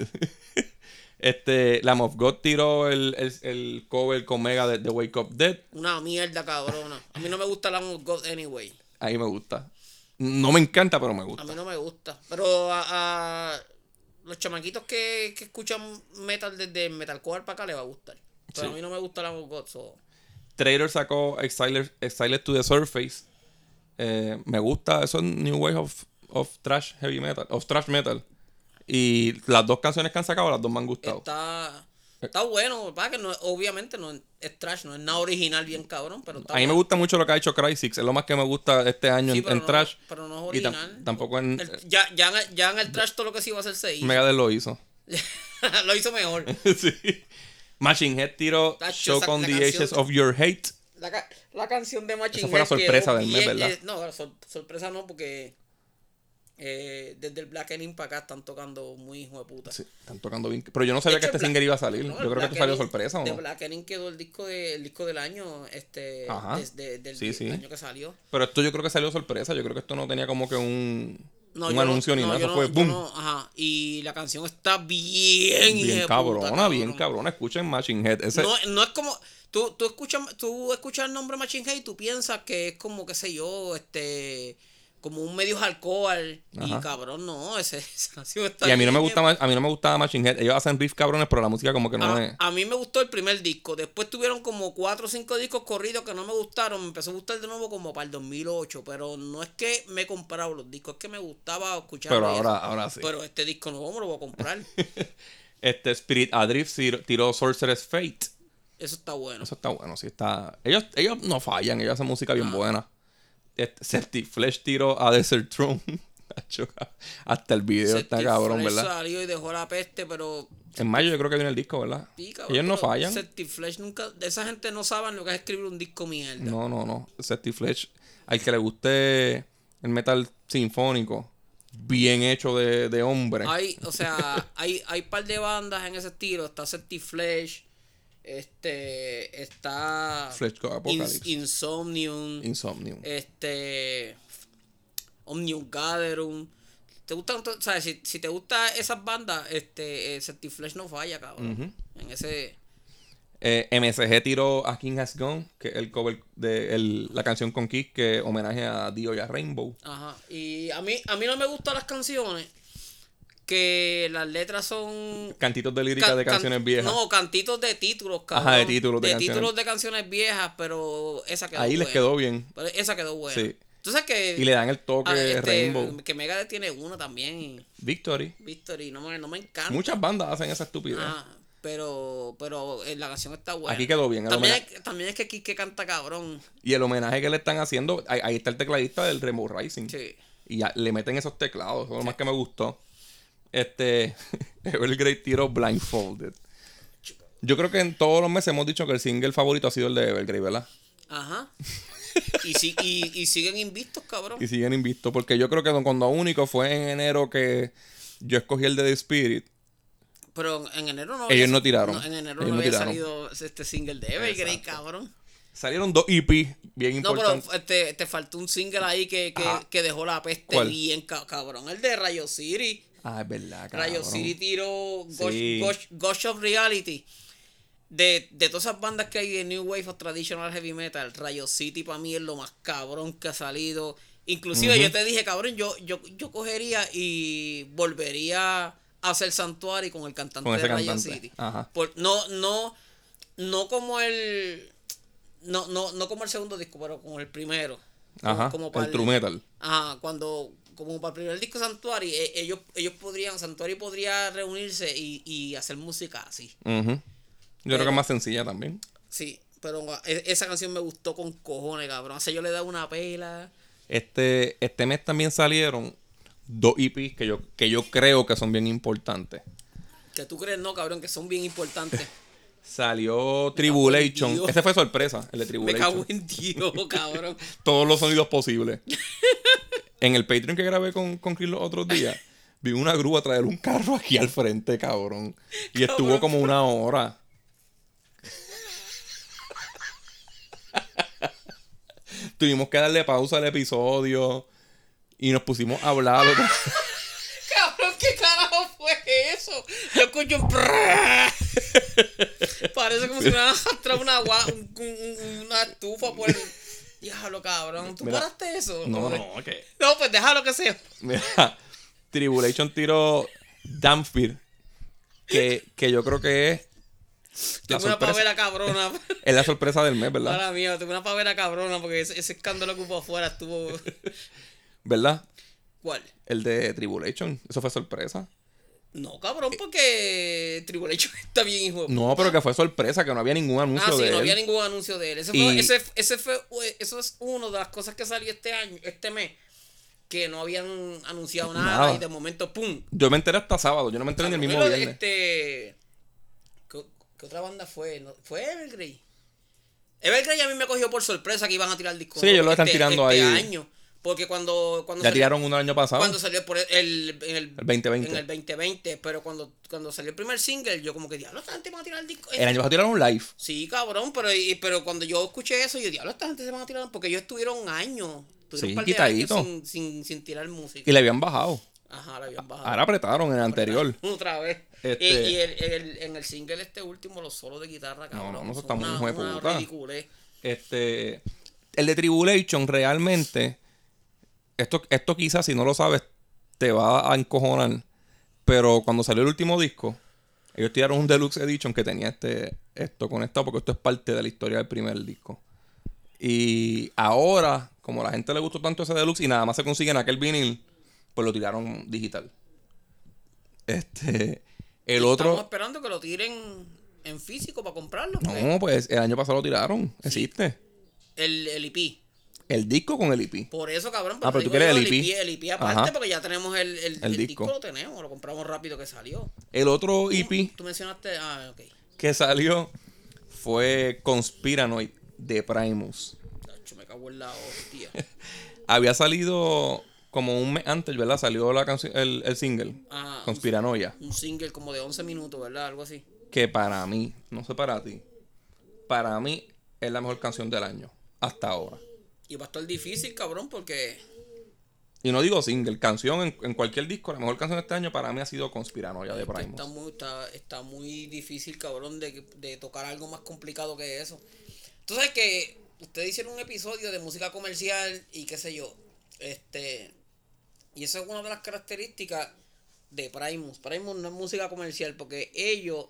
S2: Este, Lamb of God tiró el, el, el cover con Mega de, de Wake Up Dead.
S3: Una mierda, cabrona. A mí no me gusta la of God Anyway.
S2: Ahí me gusta. No me encanta, pero me
S3: A
S2: gusta.
S3: mí no me gusta. Pero a, a los chamaquitos que, que escuchan metal desde el metalcore para acá les va a gustar. Pero
S2: Sí.
S3: a mí no me gusta la of God. so.
S2: Trader sacó Exiled, Exiled to the Surface. Eh, me gusta, eso es New Wave of, of Trash Heavy Metal. Of Trash Metal. Y las dos canciones que han sacado, las dos me han gustado.
S3: Está, está bueno, para que no, obviamente no es- es trash, no es nada original bien cabrón, pero está
S2: A mí me
S3: bueno.
S2: gusta mucho lo que ha hecho Crysix. Es lo más que me gusta este año
S3: Sí,
S2: en,
S3: pero
S2: en
S3: no-
S2: Trash.
S3: pero no es
S2: Y tam-
S3: original.
S2: tampoco en.
S3: El- ya, ya, en el, ya en el trash todo lo que se iba a hacer se hizo.
S2: Megadeth lo hizo.
S3: Lo hizo mejor.
S2: sí. Machine Head tiró
S3: Tacho,
S2: Shock
S3: esa-
S2: on
S3: la
S2: the
S3: canción
S2: Ages
S3: de-
S2: of Your Hate.
S3: La, ca- la canción de Machine
S2: Esa fue la
S3: Head
S2: sorpresa
S3: quedó
S2: del mes,
S3: bien-
S2: ¿verdad?
S3: eh, no, sor- sorpresa no, porque eh, desde el Black Alien para acá están tocando muy hijo de puta.
S2: Sí, están tocando bien. Pero yo no sabía
S3: De hecho,
S2: que este
S3: Black-
S2: single iba a salir.
S3: No,
S2: yo creo que
S3: Black
S2: esto salió
S3: Alien-
S2: sorpresa, ¿o
S3: De
S2: no?
S3: Black Alien quedó el disco, de- el disco del año, este,
S2: Ajá.
S3: desde- del,
S2: Sí, sí.
S3: del año que salió.
S2: Pero esto yo creo que salió sorpresa. Yo creo que esto no tenía como que un,
S3: No,
S2: un
S3: yo no-
S2: anuncio ni
S3: no,
S2: nada.
S3: yo
S2: Eso
S3: no-
S2: fue
S3: yo
S2: boom.
S3: no, ajá. Y la canción está bien,
S2: bien
S3: hijeputa,
S2: cabrona, bien
S3: cabrón.
S2: cabrona. Escuchen Machine Head. Ese,
S3: No, no es como. Tú, tú, escuchas, tú escuchas el nombre Machine Head y tú piensas que es como, qué sé yo, este. Como un medio hardcore.
S2: Ajá.
S3: Y cabrón, no, ese, esa canción está
S2: y a mí no me
S3: bien.
S2: gusta ma- a mí no me gustaba Machine Head. Ellos hacen riffs cabrones, pero la música como que no
S3: A,
S2: es.
S3: a mí me gustó el primer disco. Después tuvieron como cuatro o cinco discos corridos que no me gustaron. Me empezó a gustar de nuevo como para el 2008. Pero no es que me he comprado los discos, es que me gustaba escuchar.
S2: Pero ahora- ahora sí.
S3: Pero este disco no me lo voy a comprar.
S2: Este Spirit Adrift tir- tiró Sorcerer's Fate.
S3: Eso está bueno.
S2: Eso está bueno, sí está. Ellos, ellos no fallan, ellos hacen música
S3: Ah.
S2: bien buena. Este, Septic Flesh tiró a Desert Throne. Tacho, Hasta el video está
S3: Septic
S2: cabrón,
S3: Flesh
S2: ¿verdad?
S3: salió y dejó la peste, pero
S2: En mayo yo creo que viene el disco, ¿verdad?
S3: Sí, cabrón,
S2: ellos no
S3: pero
S2: fallan.
S3: Septic Flesh nunca. Esa gente no saben lo que es escribir un disco mierda.
S2: No, no, no. Septic Flesh, al que le guste el metal sinfónico, bien hecho de, de hombre.
S3: Hay, o sea, hay, hay par de bandas en ese estilo. Está Septic Flesh. Este. Está.
S2: Flesh God Apocalypse.
S3: Ins- Insomnium.
S2: Insomnium.
S3: este. Omnium Gatherum. ¿Te gustan? to- O sea, si, si te gustan esas bandas, este. eh, Septic Flesh no falla, cabrón. En ese.
S2: Eh, MSG tiró A King Has Gone, que es el cover de el- la canción con Kiss, que homenaje a Dio y a Rainbow.
S3: Ajá. Y a mí, a mí no me gustan las canciones que las letras son.
S2: Cantitos de lírica
S3: can-
S2: de
S3: can-
S2: canciones viejas.
S3: No, cantitos de títulos, cabrón.
S2: Ajá, de títulos de canciones.
S3: títulos de canciones viejas, pero esa quedó
S2: Ahí les
S3: buena.
S2: quedó bien.
S3: Pero esa quedó buena.
S2: Sí.
S3: Entonces que.
S2: Y le dan el toque
S3: ah, este,
S2: Rainbow.
S3: Que Megadeth tiene una también. y
S2: Victory.
S3: Victory, no me, no me encanta.
S2: Muchas bandas hacen esa estupidez.
S3: Ajá, pero, pero eh, la canción está buena.
S2: Aquí quedó bien, el
S3: También,
S2: homenaje.
S3: es- también es que Kike canta cabrón.
S2: Y el homenaje que le están haciendo, ahí, ahí está el tecladista del Remo Rising.
S3: Sí.
S2: Y ya le meten esos teclados, eso es lo más que me gustó. Este, Evergrey tiro Blindfolded. Yo creo que en todos los meses hemos dicho que el single favorito ha sido el de Evergrey, ¿verdad?
S3: Ajá. Y, si, y, y siguen invistos, cabrón.
S2: Y siguen invistos, porque yo creo que Don Condo Único fue en enero que yo escogí el de The Spirit.
S3: Pero en enero no.
S2: Ellos
S3: había-
S2: no tiraron.
S3: en enero
S2: Ellos
S3: no
S2: no
S3: había
S2: tiraron.
S3: salido este single de Evergrey, cabrón.
S2: Salieron dos EP bien
S3: No,
S2: importantes.
S3: pero este, te faltó un single ahí que, que,
S2: Ajá.
S3: que dejó la peste
S2: ¿Cuál?
S3: bien, ca- cabrón. El de Rayo City.
S2: Ah, es verdad, cabrón.
S3: Rayo City tiró Gosh,
S2: Sí.
S3: Gosh- Gosh of Reality. De, de todas esas bandas que hay de New Wave of Traditional Heavy Metal, Rayo City para mí es lo más cabrón que ha salido. Inclusive yo te dije, cabrón, yo, yo, yo cogería y volvería a hacer Santuario con el cantante
S2: Con ese
S3: de Rayo
S2: cantante,
S3: City.
S2: ajá.
S3: Por- no, no, no como el... No, no, no como el segundo disco, pero como el primero. Como-
S2: Ajá,
S3: como
S2: el
S3: para
S2: True Metal.
S3: Ajá, cuando, como para el primer disco Santuario, eh, ellos, ellos podrían, Santuario podría reunirse y, y hacer música así.
S2: Ujú. Yo creo que es más sencilla también.
S3: Sí, pero e- esa canción me gustó con cojones, cabrón. O sea, yo le daba una pela.
S2: Este, este mes también salieron dos EPs que yo, que yo creo que son bien importantes.
S3: Que tú crees, no, cabrón, que son bien importantes.
S2: Salió
S3: Me cago
S2: Tribulation.
S3: en
S2: Ese fue sorpresa, el de
S3: me
S2: Tribulation.
S3: cago en Dios, cabrón.
S2: Todos los sonidos posibles. en el Patreon que grabé con, con Chris los otros días, Vino una grúa a traer un carro aquí al frente, cabrón. Y estuvo como una hora. Tuvimos que darle pausa al episodio. Y nos pusimos a hablar. al otro-
S3: Cabrón, ¿qué carajo fue eso? Yo escucho un prrrr. Parece como si me hubieran arrastrado una, gua- un- un- una estufa por el. Diablo, cabrón. ¿Tú
S2: Mira.
S3: paraste eso?
S2: No,
S3: Hombre.
S2: no, ok.
S3: No, pues déjalo que sea.
S2: Mira, Tribulation tiró Danfield. Que, que yo creo que es la
S3: Tengo una
S2: sorpresa,
S3: pavera cabrona.
S2: es la sorpresa del mes, ¿verdad?
S3: Para mí, tengo una pavera cabrona porque ese, ese escándalo que hubo afuera estuvo.
S2: ¿Verdad?
S3: ¿Cuál?
S2: El de Tribulation. Eso fue sorpresa.
S3: No, cabrón, porque Tribulation está bien, hijo. de puta.
S2: No, pero que fue sorpresa, que no había ningún anuncio
S3: Ah, sí,
S2: de
S3: no
S2: él.
S3: había ningún anuncio de él. Ese
S2: Y-
S3: fue, ese, ese fue, eso es una de las cosas que salió este año, este mes, que no habían anunciado nada,
S2: Nada.
S3: y de momento, ¡pum!
S2: Yo me enteré hasta sábado, yo no me enteré ni el mismo
S3: Primero,
S2: viernes.
S3: Ah, Este, ¿qué, qué otra banda fue? No, ¿Fue Evergrey? Evergrey a mí me cogió por sorpresa que iban a tirar disco.
S2: Sí,
S3: nuevo
S2: ellos lo están
S3: este-
S2: tirando
S3: este
S2: ahí.
S3: año, porque cuando, cuando
S2: Ya
S3: salió-
S2: tiraron uno el año pasado.
S3: cuando salió por el, el- en el,
S2: El 2020.
S3: en el 2020, pero cuando, cuando salió el primer single, yo como que diablo, esta gente va a tirar el disco.
S2: El año pasado tiraron un live.
S3: Sí, cabrón, pero, y- pero cuando yo escuché eso, yo diablo, esta gente se van a tirar porque ellos estuvieron años,
S2: Sí,
S3: estuvieron un par de años
S2: quitadito.
S3: sin, sin, sin tirar música.
S2: Y le habían bajado.
S3: Ajá, la habían bajado.
S2: Ahora apretaron el anterior.
S3: Otra vez.
S2: Este-
S3: Y, y el- el- en el single este último, los solos de guitarra, cabrón.
S2: no, no, eso
S3: son
S2: está muy
S3: una-
S2: hijo de
S3: una
S2: puta.
S3: ridiculez.
S2: Este. El de Tribulation realmente. Esto, esto quizás, si no lo sabes, te va a encojonar. Pero cuando salió el último disco, ellos tiraron un Deluxe Edition que tenía este, esto conectado, porque esto es parte de la historia del primer disco. Y ahora, como a la gente le gustó tanto ese Deluxe y nada más se consigue en aquel vinil, pues lo tiraron digital. Este. El
S3: Estamos
S2: otro.
S3: esperando que lo tiren en físico para comprarlo. pues.
S2: No, pues el año pasado lo tiraron. Existe.
S3: El, el IP.
S2: El disco con el E EP.
S3: Por eso, cabrón.
S2: Ah, pero tú
S3: te digo
S2: quieres
S3: yo,
S2: el IP.
S3: El IP aparte,
S2: Ajá.
S3: porque ya tenemos el, el,
S2: El disco.
S3: el
S2: E
S3: disco. lo tenemos, lo compramos rápido que salió.
S2: El otro EP
S3: Tú mencionaste. Ah, ok.
S2: que salió fue Conspiranoid de Primus.
S3: Tacho, me cago en la hostia.
S2: Había salido como un mes antes, ¿verdad? Salió la canción, el, el single,
S3: Ah,
S2: Conspiranoia,
S3: un single como de 11 minutos, ¿verdad? Algo así.
S2: que para mí, no sé para ti, para mí es la mejor canción del año, hasta ahora.
S3: Y va a estar difícil, cabrón, porque.
S2: Y no digo single, canción en, en cualquier disco, la mejor canción de este año para mí ha sido Conspiranoia de
S3: que Está
S2: Primus.
S3: muy, está, está muy difícil, cabrón, de, de tocar algo más complicado que eso. Tú sabes que ustedes hicieron un episodio de música comercial y qué sé yo. Este. Y eso es una de las características de Primus. Primus no es música comercial porque ellos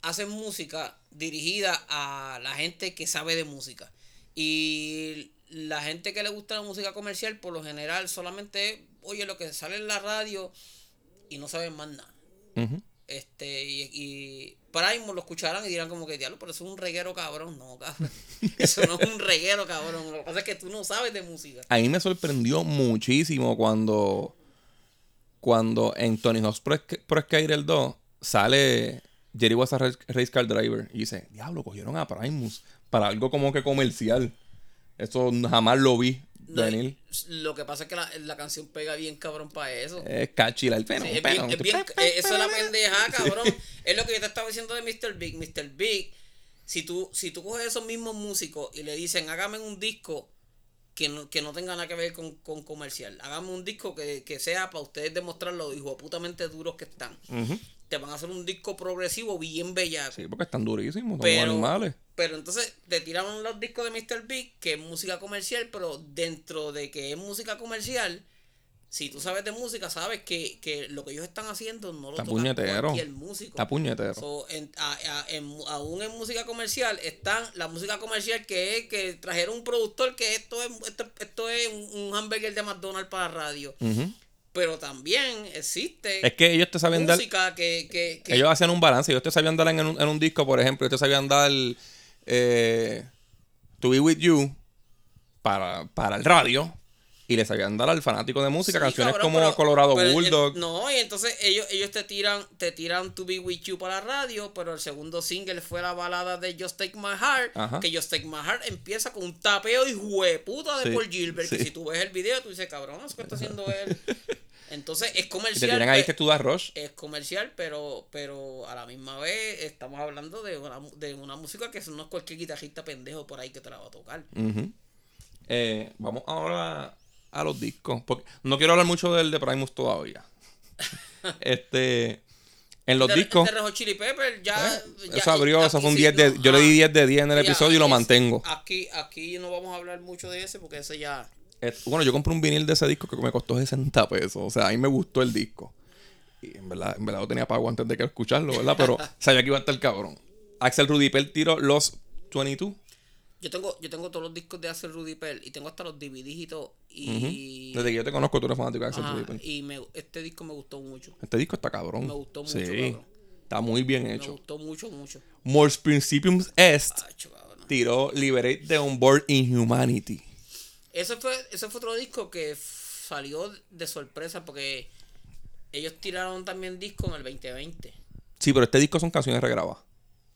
S3: hacen música dirigida a la gente que sabe de música. Y la gente que le gusta la música comercial, por lo general, solamente oye lo que sale en la radio y no saben más nada.
S2: Ujú.
S3: Este, y, y Primus lo escucharán y dirán como que diablo, pero eso es un reguero cabrón. No, cabrón. Eso no es un reguero cabrón. Lo que pasa es que tú no sabes de música.
S2: A mí me sorprendió muchísimo cuando. Cuando en Tony Hawk's Pro, Sk- Pro Skater 2 sale Jerry was a race race car driver y dice: Diablo, cogieron a Primus para algo como que comercial. Eso jamás lo vi
S3: No,
S2: venir.
S3: lo que pasa es que la, la canción pega bien cabrón para eso.
S2: Es catchy la el
S3: Sí,
S2: fenómeno.
S3: es bien- es bien- eh, eso es la pendeja, cabrón. Es lo que yo te estaba diciendo de Mr. Big. Mr. Big, si tú, si tú coges esos mismos músicos y le dicen, hágame un disco que no, que no tenga nada que ver con, con comercial, hágame un disco que, que sea para ustedes demostrar lo hijo putamente duros que están.
S2: Ujú.
S3: Te van a hacer un disco progresivo bien bellaco.
S2: Sí, porque están durísimos, son
S3: Pero-
S2: animales.
S3: Pero entonces te tiraron los discos de Mr. Big, que es música comercial, pero dentro de que es música comercial, si tú sabes de música, sabes que, que lo que ellos están haciendo no lo
S2: Está
S3: toca
S2: puñetero.
S3: cualquier músico.
S2: Está puñetero.
S3: So, en- a- a- en- aún en música comercial están la música comercial que es que trajeron un productor que esto es, esto, esto es un, un hamburger de McDonald's para radio.
S2: Ujú.
S3: Pero también existe
S2: Mm. Es que ellos te saben dar.
S3: música que, que, que-
S2: Ellos hacían un balance. Ellos te sabían dar en un, en un disco, por ejemplo. Ellos te sabían dar eh, To Be With You para, para el radio. Y le sabían dar al fanático de música
S3: Sí,
S2: canciones
S3: cabrón,
S2: como
S3: pero-
S2: Colorado
S3: pero, eh,
S2: Bulldog.
S3: No, y entonces ellos, ellos te tiran, te tiran To Be With You para la radio, pero el segundo single fue la balada de Just Take My Heart,
S2: Ajá.
S3: que Just Take My Heart empieza con un tapeo y hueputa
S2: Sí,
S3: de Paul Gilbert,
S2: sí.
S3: que si tú ves el video tú dices, cabrón, eso que está haciendo él. Entonces es
S2: Y
S3: comercial. pues
S2: te tiran ahí
S3: pe-
S2: que tú das rush.
S3: es comercial, pero, pero a la misma vez estamos hablando de una, mu- de una música que no es cualquier guitarrista pendejo por ahí que te la va a tocar.
S2: Ujú. Eh, vamos ahora a los discos. Porque no quiero hablar mucho del de Primus todavía. este. En los
S3: De-
S2: discos.
S3: de Red Hot Chili Pepper ya,
S2: eh,
S3: este ah, ya
S2: eso abrió,
S3: aquí-
S2: eso fue un
S3: aquí
S2: 10
S3: sí,
S2: de.
S3: no,
S2: Yo le di
S3: ajá.
S2: 10 de 10 en el
S3: Ya,
S2: episodio y lo
S3: aquí sí-
S2: mantengo.
S3: Aquí, aquí no vamos a hablar mucho de ese porque ese ya.
S2: Eh, Bueno, yo compré un vinil de ese disco que me costó 60 pesos. O sea, a mí me gustó el disco. Y en verdad, en verdad lo tenía pago antes de que escucharlo, ¿verdad? Pero sabía que iba a estar cabrón. Axel Rudy Pell tiró los 22.
S3: Yo tengo, yo tengo todos los discos de Axel Rudy Pell y tengo hasta los DVDs y todo. Y,
S2: Desde que yo te conozco, tú eres fanático de Axel
S3: ajá,
S2: Rudy Pell.
S3: y me- este disco me gustó mucho.
S2: Este disco está cabrón.
S3: Me gustó mucho,
S2: Sí,
S3: cabrón.
S2: está muy bien
S3: Me
S2: hecho.
S3: gustó mucho, mucho.
S2: Mors Principiums Est
S3: Acho, cabrón.
S2: tiró Liberate the Onboard Inhumanity.
S3: Ese fue, ese fue otro disco que f- salió de sorpresa porque ellos tiraron también disco en el 2020.
S2: Sí, pero este disco son canciones regrabadas.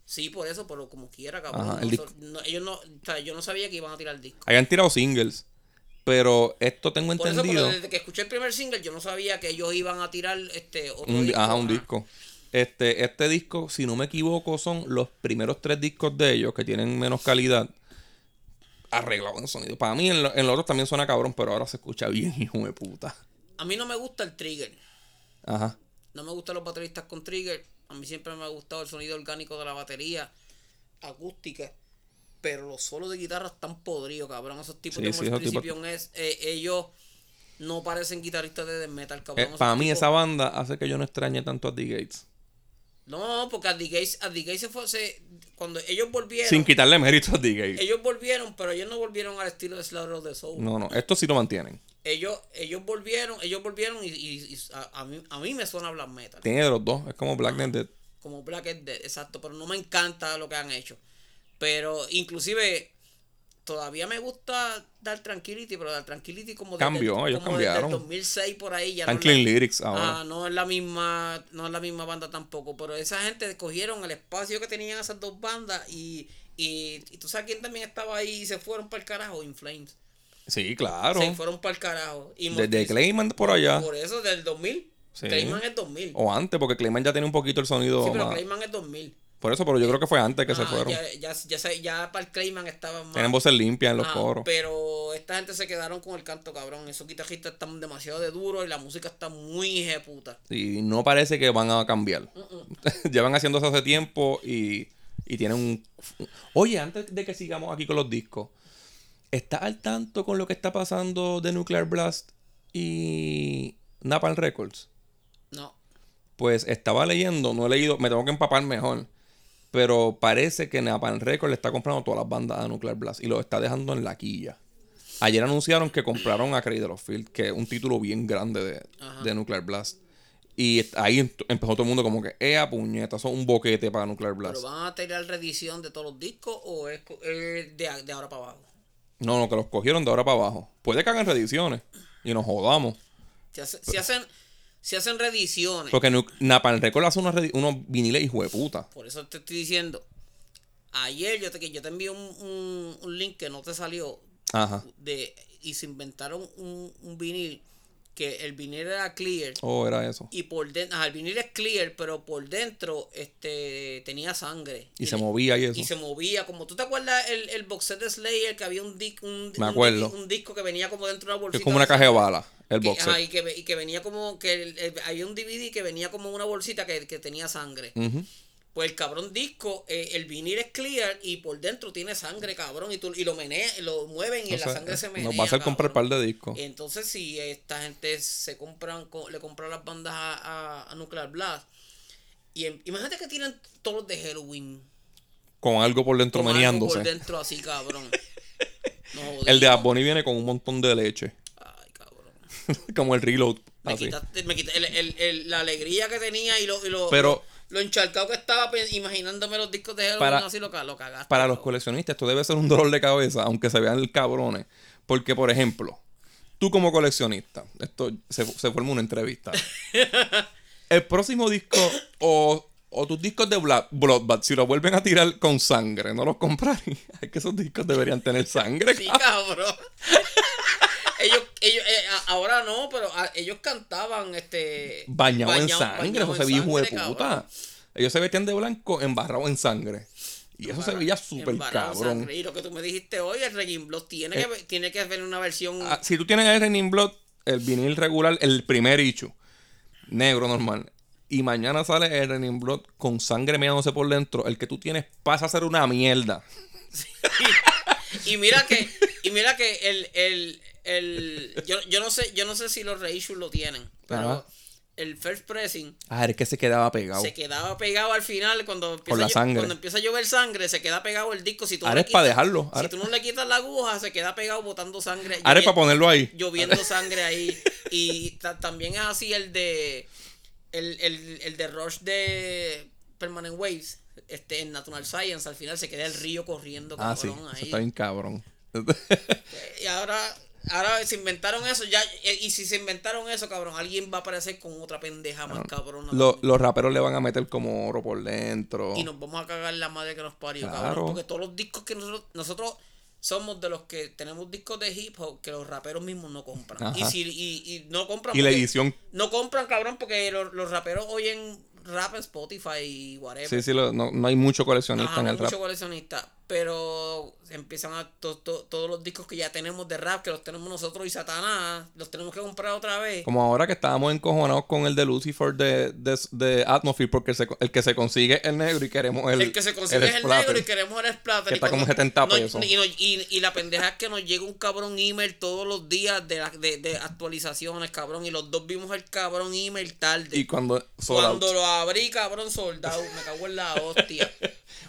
S3: Sí, por eso, pero como quiera, cabrón.
S2: Ajá,
S3: no
S2: el
S3: so-
S2: disco.
S3: no, ellos no, o sea, yo no sabía que iban a tirar disco.
S2: Habían tirado singles, pero esto tengo
S3: Por eso,
S2: entendido.
S3: pero desde que escuché el primer single, yo no sabía que ellos iban a tirar este otro
S2: un, di-
S3: disco.
S2: ajá, un disco. Este, este disco, si no me equivoco, son los primeros tres discos de ellos que tienen menos calidad. Arreglado en sonido. Para mí, en, lo- en los otros también suena cabrón, pero ahora se escucha bien, hijo de puta.
S3: A mí no me gusta el trigger.
S2: Ajá.
S3: No me gustan los bateristas con trigger. A mí siempre me ha gustado el sonido orgánico de la batería acústica. Pero los solos de guitarra están podridos, cabrón. Esos tipos
S2: Sí,
S3: de
S2: sí,
S3: Morse
S2: esos tipos-
S3: Principium es. eh, ellos no parecen guitarristas de death metal,
S2: Eh,
S3: cabrón. Esos
S2: para mí,
S3: tipos-
S2: esa banda hace que yo no extrañe tanto a The Gates.
S3: No, porque Addy Gates, Addy Gates se fue. se- Cuando ellos volvieron.
S2: Sin quitarle mérito a The Gates.
S3: Ellos volvieron, pero ellos no volvieron al estilo de Slaughter of the Soul.
S2: No, no, esto sí lo mantienen.
S3: Ellos, ellos volvieron, ellos volvieron y, y- y a, a mí, a mí me suena black metal.
S2: Tiene de los dos, es como Black Dead.
S3: como Black and Dead, exacto, pero no me encanta lo que han hecho. Pero inclusive todavía me gusta Dar Tranquility, pero Dar Tranquility como
S2: Cambió, ellos
S3: como desde el
S2: cambiaron.
S3: 2006 por ahí ya
S2: Están
S3: no
S2: Clean
S3: es la-
S2: Lyrics ahora.
S3: Ah, no es la misma, no es la misma banda tampoco, pero esa gente cogieron el espacio que tenían esas dos bandas y, y, y tú sabes quién también estaba ahí y se fueron para el carajo, In Flames.
S2: sí, claro.
S3: Se fueron para el carajo. Y
S2: Desde
S3: Mortis-
S2: Clayman por allá.
S3: Por eso del 2000.
S2: Ah. Sí. Oh,
S3: Clayman es 2000.
S2: O antes, porque Clayman ya tiene un poquito el sonido
S3: sí, pero
S2: más.
S3: Clayman es 2000.
S2: Por eso, pero yo creo que fue antes que se
S3: Ah,
S2: fueron.
S3: Ya, ya, ya, se- ya para el Clayman estaban más.
S2: Tienen voces limpias en los
S3: Ah,
S2: coros.
S3: Pero esta gente se quedaron con el canto cabrón. Esos guitarristas están demasiado de duro y la música está muy ejeputa.
S2: Y no parece que van a cambiar.
S3: Mm,
S2: Llevan haciendo eso hace tiempo y, y tienen un... Oye, antes de que sigamos aquí con los discos, ¿estás al tanto con lo que está pasando de Nuclear Blast y Napalm Records?
S3: No.
S2: Pues estaba leyendo, no he leído, me tengo que empapar mejor. Pero parece que Napalm Records le está comprando todas las bandas a Nuclear Blast y lo está dejando en la quilla. Ayer anunciaron que compraron a Cradle of Filth, que es un título bien grande de,
S3: Ajá.
S2: de Nuclear Blast. Y est- ahí ent- empezó todo el mundo como que, ¡eh, puñeta! Eso es un boquete para Nuclear
S3: ¿Pero
S2: Blast.
S3: van a tirar reedición de todos los discos o es co- eh, de, de ahora para abajo?
S2: No, no, que los cogieron de ahora para abajo. Puede que hagan reediciones y nos jodamos.
S3: Si, hace- si hacen, si hacen reediciones.
S2: Porque Nu- Napalm Records hace unos, reedi- unos viniles hijo de puta.
S3: Por eso te estoy diciendo. Ayer yo te, que yo te envié un, un- un link que no te salió
S2: Ajá.
S3: de y se inventaron un, un vinil que el vinil era clear
S2: Oh, era eso.
S3: y por dentro el vinil es clear pero por dentro este tenía sangre
S2: Y se movía y eso.
S3: y se movía como tú te acuerdas el, el box set de Slayer que había un, disc un,
S2: Me
S3: un
S2: acuerdo.
S3: disc- un disco que venía como dentro de una
S2: Que
S3: bolsita
S2: es como una
S3: de-
S2: caja de balas, el
S3: que-
S2: box set.
S3: ajá, y, que, ve- y que venía como que el- el- había un DVD que venía como una bolsita que, que tenía sangre
S2: Ujú.
S3: pues el cabrón disco, eh, el vinil es clear y por dentro tiene sangre, cabrón. Y, tú, y lo menea, lo mueven y
S2: O
S3: la
S2: sea,
S3: sangre se menea.
S2: eh, Nos va a hacer comprar
S3: cabrón. Eh,
S2: par de discos.
S3: Entonces, si esta gente se compran, co- le compran las bandas a, a- a Nuclear Blast. Y em- imagínate que tienen todos los de Halloween.
S2: Con algo por dentro
S3: con algo
S2: meneándose.
S3: Por dentro así, cabrón. No, jodí.
S2: El de Bad Bunny viene con un montón de leche.
S3: Ay, cabrón.
S2: Como el reload.
S3: Me
S2: así.
S3: quitaste, me quitaste el- el- el- la alegría que tenía y lo, y lo,
S2: Pero-
S3: lo, lo encharcado que estaba pe- imaginándome los discos de Halloween
S2: Para-
S3: así lo, ca- lo cagaste.
S2: Para los
S3: cabrón.
S2: coleccionistas, esto debe ser un dolor de cabeza, aunque se vean cabrones. Porque, por ejemplo, tú como coleccionista, esto se, se forma una entrevista. El próximo disco o, o tus discos de Bla- Bloodbath, si los vuelven a tirar con sangre, no los comprarías. Es que esos discos deberían tener sangre.
S3: Sí,
S2: cabrón.
S3: cabrón. ellos, ellos, eh, ahora no, pero ah, ellos cantaban este.
S2: Bañado, en
S3: bañado-
S2: sangre,
S3: bañado
S2: eso
S3: en
S2: se veía hijo de
S3: sangre, cabrón.
S2: puta. Ellos se vestían de blanco embarrado en sangre. Y eso se veía súper
S3: Embarrado en
S2: cabrón. Eh.
S3: sangre. Y lo que tú me dijiste hoy, el Regin Block tiene, que, ver- tiene que haber una versión.
S2: Ah, si tú tienes el Renin Blood, el vinil regular, el primer issue, negro normal, y mañana sale el Renin Blood con sangre meándose por dentro, el que tú tienes pasa a ser una mierda.
S3: Y mira que, y mira que el, el, el yo, yo no sé, yo no sé si los reissues lo tienen, pero
S2: Ajá.
S3: el first pressing
S2: Ah, el que se quedaba pegado.
S3: se quedaba pegado al final cuando empieza,
S2: la
S3: a llo-
S2: sangre.
S3: cuando empieza a llover sangre, se queda pegado el disco si tú no
S2: Ahora
S3: le
S2: es para
S3: quitas-
S2: dejarlo.
S3: Si
S2: Ahora,
S3: tú no le quitas la aguja, se queda pegado botando sangre.
S2: ahora es
S3: llovi-
S2: Ah, para ponerlo ahí.
S3: lloviendo sangre ahí. Y ta- también es así el de. El, el, el de Rush de Permanent Waves. Este, en Natural Science, al final se queda el río corriendo,
S2: Ah, sí.
S3: cabrón,
S2: Eso
S3: ahí.
S2: está bien cabrón.
S3: Y ahora, ahora se inventaron eso, ya, eh, y si se inventaron eso, cabrón, alguien va a aparecer con otra pendeja más cabrón.
S2: Lo- los raperos le van a meter como oro por dentro.
S3: Y nos vamos a cagar la madre que nos parió,
S2: Claro.
S3: cabrón. Porque todos los discos que nosotros, nosotros somos de los que tenemos discos de hip hop que los raperos mismos no compran.
S2: Ajá.
S3: Y si y, y no compran
S2: Y la
S3: porque-
S2: edición.
S3: No compran, cabrón, porque los, los raperos oyen rap en Spotify y whatever.
S2: Sí, sí, lo- no, no hay mucho coleccionista
S3: Ajá,
S2: en
S3: no
S2: el rap.
S3: mucho coleccionista, pero empiezan a to- to- todos los discos que ya tenemos de rap, que los tenemos nosotros y Satanás, los tenemos que comprar otra vez.
S2: Como ahora que estábamos encojonados con el de Lucifer de, de, de Atmosphere, porque el, se- el que se consigue es el negro y queremos el.
S3: El, que se consigue es el
S2: splatter.
S3: negro y queremos el splatter.
S2: Que
S3: y
S2: está como
S3: cuando-
S2: 70
S3: no,
S2: pesos.
S3: y, no- y- y la pendeja es que nos llega un cabrón email todos los días de, la- de, de actualizaciones, cabrón. Y los dos vimos el cabrón email tarde.
S2: Y cuando. sold out.
S3: cuando lo abrí, cabrón, soldado, me cago en la hostia.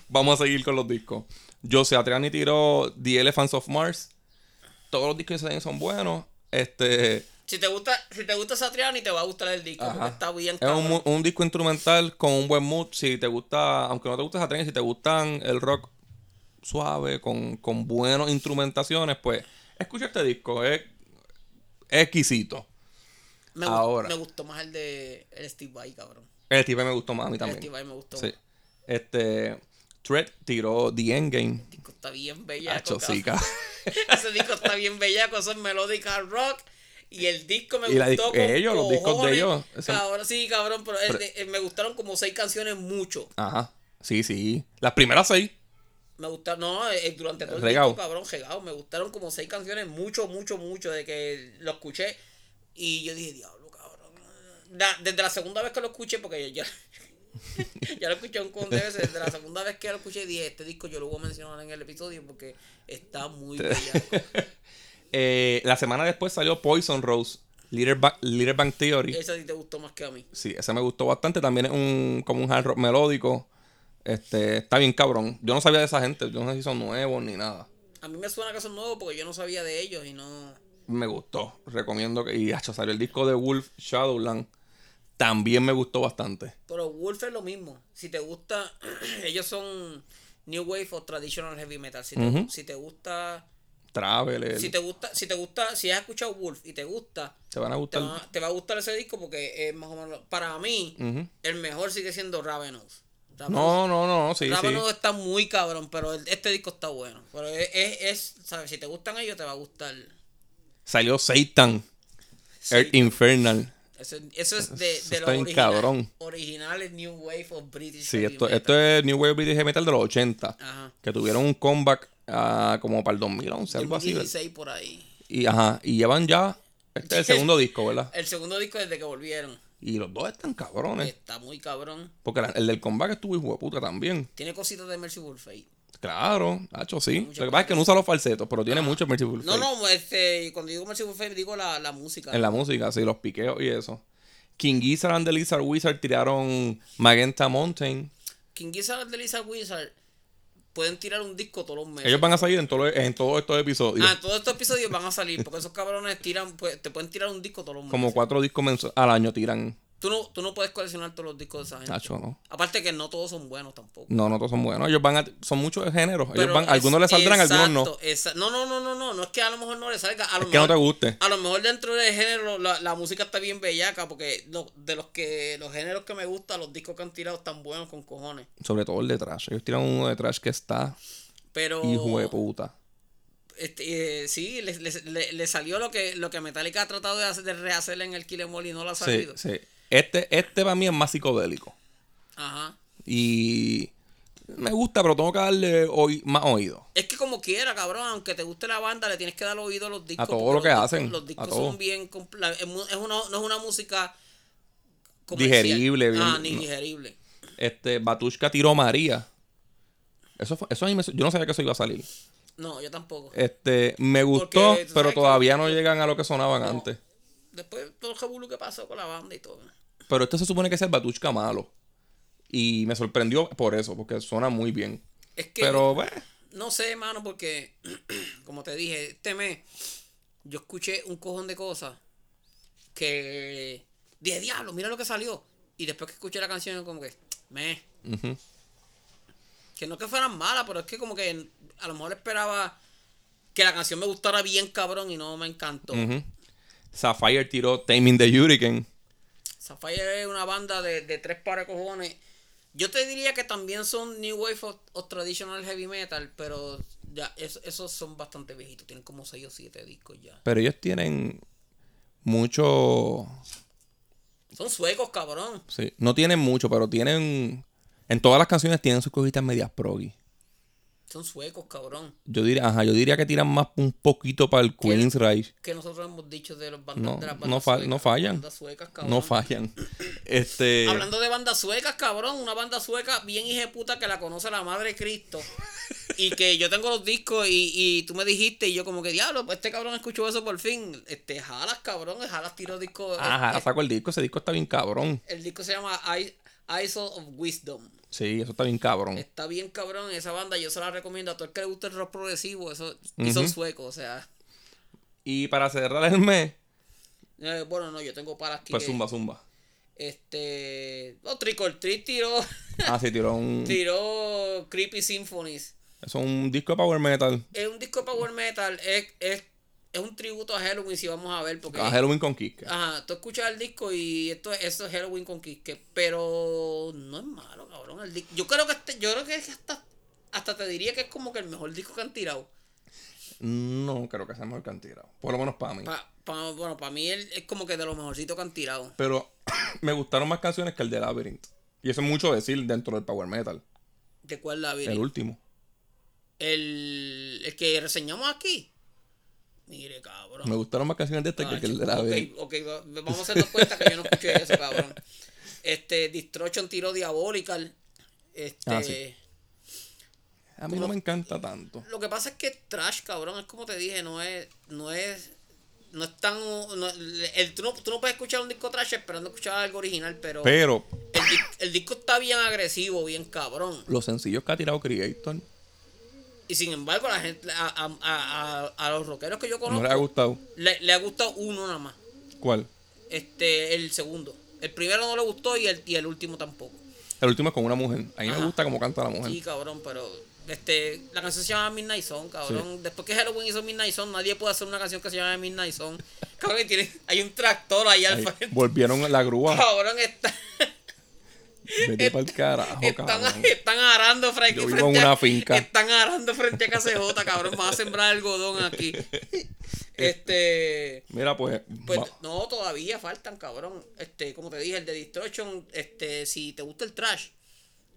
S2: Vamos a seguir con los discos. Jose Atriani tiró The Elephants of Mars. Todos los discos que se den son buenos. Este.
S3: Si te gusta, si te gusta Satriani, te va a gustar el disco,
S2: Ajá.
S3: porque está bien
S2: Es
S3: cabrón.
S2: un, mu- un disco instrumental con un buen mood. Si te gusta, aunque no te guste Satriani, si te gustan el rock suave, con, con buenas instrumentaciones, pues escucha este disco. Es, es exquisito.
S3: me, gust-
S2: ahora.
S3: me gustó más el de el Steve Vai, cabrón.
S2: El Steve me gustó más a mí también.
S3: El Steve Vai me gustó.
S2: Sí.
S3: más.
S2: Este. Thread tiró The Endgame.
S3: El disco está bien bellaco.
S2: Hacho, sí,
S3: cabrón.
S2: cabrón.
S3: Ese disco está bien bellaco, eso es melódica rock. Y el disco me
S2: Y la
S3: gustó.
S2: disc- ellos, los discos de
S3: cojones.
S2: ellos, ese-
S3: Cabrón, sí, cabrón, pero, el
S2: Pero-
S3: de- eh, me gustaron como seis canciones mucho.
S2: Ajá. Sí, sí. Las primeras seis.
S3: Me gustaron, no, eh, durante todo el
S2: Regao.
S3: disco, cabrón, regado. Me gustaron como seis canciones mucho, mucho, mucho. De que lo escuché. Y yo dije, diablo, cabrón. Na- desde la segunda vez que lo escuché, porque yo ya. ya lo escuché un montón de veces. Desde la segunda vez que lo escuché, dije, este disco yo lo voy a mencionar en el episodio porque está muy bellaco.
S2: Eh, la semana después salió Poison Rose, Little, Ba- Little Bang Theory.
S3: Esa sí te gustó más que a mí.
S2: Sí, ese me gustó bastante. También es un, como un hard rock melódico. Este, está bien cabrón. Yo no sabía de esa gente. Yo no sé si son nuevos ni nada.
S3: A mí me suena que son nuevos porque yo no sabía de ellos y no.
S2: Me gustó. Recomiendo que... Y hacho, salió el disco de Wolf Shadowland. También me gustó bastante.
S3: Pero Wolf es lo mismo. Si te gusta, ellos son New Wave o Traditional Heavy Metal. Si te,
S2: Ujú.
S3: si te gusta,
S2: Travel. el-
S3: si te gusta, si te gusta, si has escuchado Wolf y te gusta,
S2: te van a
S3: te
S2: gustar.
S3: va, te va a gustar ese disco porque es más o menos. Para mí,
S2: Ujú.
S3: el mejor sigue siendo Ravenous. Ravenous-
S2: No, no, no. Sí, sí.
S3: Ravenous está muy cabrón, pero el- este disco está bueno. Pero es, es, es, ¿sabes? Si te gustan ellos, te va a gustar.
S2: Salió Satan. Earth Infernal.
S3: Eso, eso es de,
S2: Eso
S3: de los
S2: está bien
S3: original-
S2: cabrón.
S3: originales New Wave of British
S2: Sí,
S3: Heavy
S2: esto,
S3: Metal.
S2: esto es New Wave British Heavy Metal de los 80.
S3: Ajá.
S2: Que tuvieron un comeback ah, como para el 2011, algo así.
S3: 2016 por ahí.
S2: Y, ajá, y llevan ya. Este es el segundo disco, ¿verdad?
S3: El segundo disco desde que volvieron.
S2: Y los dos están cabrones.
S3: Está muy cabrón.
S2: Porque la- el del comeback estuvo hijo de puta también.
S3: Tiene cositas de Mercyful Fate.
S2: Claro, Hacho, sí.
S3: Mucho
S2: Lo que pasa es que no usa los falsetos, pero tiene mucho Merciful
S3: No,
S2: Fate
S3: no, este, cuando digo Mercyful Fate digo la, la música.
S2: En la música, sí, los piqueos y eso. King Gizzard and the Lizard Wizard tiraron Magenta Mountain.
S3: King Gizzard de Lisa Wizard pueden tirar un disco todos los meses.
S2: Ellos van a salir en, todo- en todos estos episodios.
S3: Ah, todos estos episodios van a salir porque esos cabrones tiran, pues, te pueden tirar un disco todos los meses.
S2: Como cuatro discos mensu- al año tiran.
S3: Tú no, tú no puedes coleccionar todos los discos de esa gente.
S2: Hacho, no.
S3: Aparte que no todos son buenos tampoco.
S2: No, no todos son buenos. Ellos van a, son muchos de género. Ellos
S3: Pero
S2: van,
S3: es-
S2: algunos les saldrán, algunos no.
S3: exacto, exa- no, no, no, no, no. No es que a lo mejor no le salga. A lo
S2: Es que no te
S3: mejor-
S2: guste.
S3: A lo mejor dentro del género la, la música está bien bellaca porque lo- de los que los géneros que me gustan, los discos que han tirado están buenos con cojones.
S2: Sobre todo el de trash. Ellos tiran uno de trash que está
S3: Pero
S2: hijo de puta.
S3: Este, eh, sí, le, le- le- le salió lo que, lo que Metallica ha tratado de, hacer, de rehacer en el Kill Em All y no lo ha
S2: Sí,
S3: salido.
S2: sí. Este, este para mí es más psicodélico.
S3: Ajá.
S2: Y me gusta, pero tengo que darle oí- más oído.
S3: Es que como quiera, cabrón, aunque te guste la banda, le tienes que dar oído a los discos.
S2: A todo
S3: porque
S2: lo que
S3: los discos-
S2: hacen,
S3: Los discos
S2: a todo.
S3: son bien... compla- Es mu- es una, no es una música...
S2: Digerible, bien-
S3: Ah, ni
S2: no.
S3: digerible.
S2: Este, Batushka tiró María. Eso, fue- eso a mí me, yo no sabía que eso iba a salir.
S3: No, yo tampoco.
S2: Este, me
S3: Porque,
S2: gustó,
S3: tú sabes
S2: pero
S3: que-
S2: todavía no llegan a lo que sonaban
S3: No.
S2: antes.
S3: Después todo el jabulu que pasó con la banda y todo.
S2: Pero esto se supone que es el Batushka malo. Y me sorprendió por eso, porque suena muy bien.
S3: Es que...
S2: Pero, bueno,
S3: No sé, hermano, porque, como te dije, este mes yo escuché un cojón de cosas que dije, diablo, mira lo que salió. Y después que escuché la canción, como que, me.
S2: ujú.
S3: Que no que fueran malas, pero es que como que a lo mejor esperaba que la canción me gustara bien cabrón y no me encantó.
S2: Ujú. Sapphire tiró Taming the Hurricane.
S3: Sapphire es una banda de, de tres pares de cojones. Yo te diría que también son New Wave o, o Traditional Heavy Metal, pero ya, es- esos son bastante viejitos, tienen como 6 o 7 discos ya.
S2: Pero ellos tienen mucho.
S3: Son suecos, cabrón.
S2: Sí, no tienen mucho, pero tienen. En todas las canciones tienen sus cositas medias proggy.
S3: Son suecos, cabrón.
S2: Yo diría, ajá, yo diría que tiran más un poquito para el
S3: ¿Quién?
S2: Queen's Rage.
S3: Que nosotros hemos dicho de, los bandas,
S2: No,
S3: de las
S2: no
S3: bandas
S2: fa- no fallan.
S3: bandas suecas, cabrón.
S2: No fallan. Este.
S3: Hablando de bandas suecas, cabrón. Una banda sueca bien hijeputa que la conoce la madre de Cristo. y que yo tengo los discos y, y tú me dijiste y yo como que diablo, pues este cabrón escuchó eso por fin. Este, jalas, cabrón. Jalas tiró disco.
S2: Ajá,
S3: eh,
S2: la saco el disco. Ese disco está bien cabrón.
S3: el disco se llama I- Isle of Wisdom.
S2: Sí, eso está bien cabrón.
S3: Está bien cabrón esa banda. Yo se la recomiendo a todo el que le guste el rock progresivo. Eso, Y son suecos, o sea.
S2: Y para cerrar el mes,
S3: eh, bueno, no, yo tengo para aquí.
S2: pues
S3: que-
S2: zumba, zumba.
S3: Este. No, Trick or Treat tiró.
S2: Ah, sí, tiró un. Eso
S3: tiró Creepy Symphonies.
S2: es un disco de power metal.
S3: Es un disco de Power Metal. Es, es, es un tributo a Halloween, si vamos a ver. Porque.
S2: A Ah, Halloween con Kiss.
S3: Ajá, tú escuchas el disco y esto, esto es Halloween con Kiske. Pero no es malo, cabrón. El disco. Yo creo que este, yo creo que es hasta, hasta te diría que es como que el mejor disco que han tirado.
S2: No creo que sea mejor que han tirado. Por lo menos para mí.
S3: Pa- pa- bueno, para mí él es como que de los mejorcitos que han tirado.
S2: Pero me gustaron más canciones que el de Labyrinth. Y eso es mucho decir dentro del power metal.
S3: ¿De cuál la
S2: El último.
S3: El, el que reseñamos aquí. Mire, cabrón.
S2: Me gustaron más canciones de este que, que el de Labyrinth.
S3: Ah, Ok, ok, va- vamos a hacernos cuenta que yo no escuché eso, cabrón. Este, Distroction tiró Diabolical. Este,
S2: Ah, sí. A mí no me encanta tanto.
S3: Lo que pasa es que es trash, cabrón, es como te dije, no es. No es. No es tan. no- el, tú, no, tú no puedes escuchar un disco trash esperando escuchar algo original, pero.
S2: Pero
S3: el, dis- el disco está bien agresivo, bien cabrón.
S2: los sencillos que ha tirado Creator
S3: Y sin embargo, la gente, a, a- a- a- a los rockeros que yo
S2: no les ha
S3: conozco,
S2: gustado.
S3: le, le ha gustado uno nada más.
S2: ¿Cuál?
S3: Este, el segundo. El primero no le gustó y el, y el último tampoco.
S2: El último es con una mujer. A mí me
S3: Ajá.
S2: gusta cómo canta la mujer.
S3: Sí, cabrón, pero este, la canción se llama Midnight Song, cabrón. Después que Halloween hizo Midnight Song, nadie puede hacer una canción que se llame Midnight Song. Cabrón, tiene, hay un tractor ahí al
S2: Ahí,
S3: frente.
S2: volvieron a la grúa.
S3: Cabrón, está-
S2: Vete para el carajo, Oh, cabrón.
S3: están, están arando fra-
S2: Yo
S3: frente,
S2: vivo en una
S3: a-
S2: finca.
S3: Están arando frente a KCJ, cabrón. Van a sembrar algodón aquí. Este.
S2: Mira, pues.
S3: Pues
S2: va-
S3: no, todavía faltan, cabrón. Este, como te dije, el de Destruction, este, si te gusta el trash,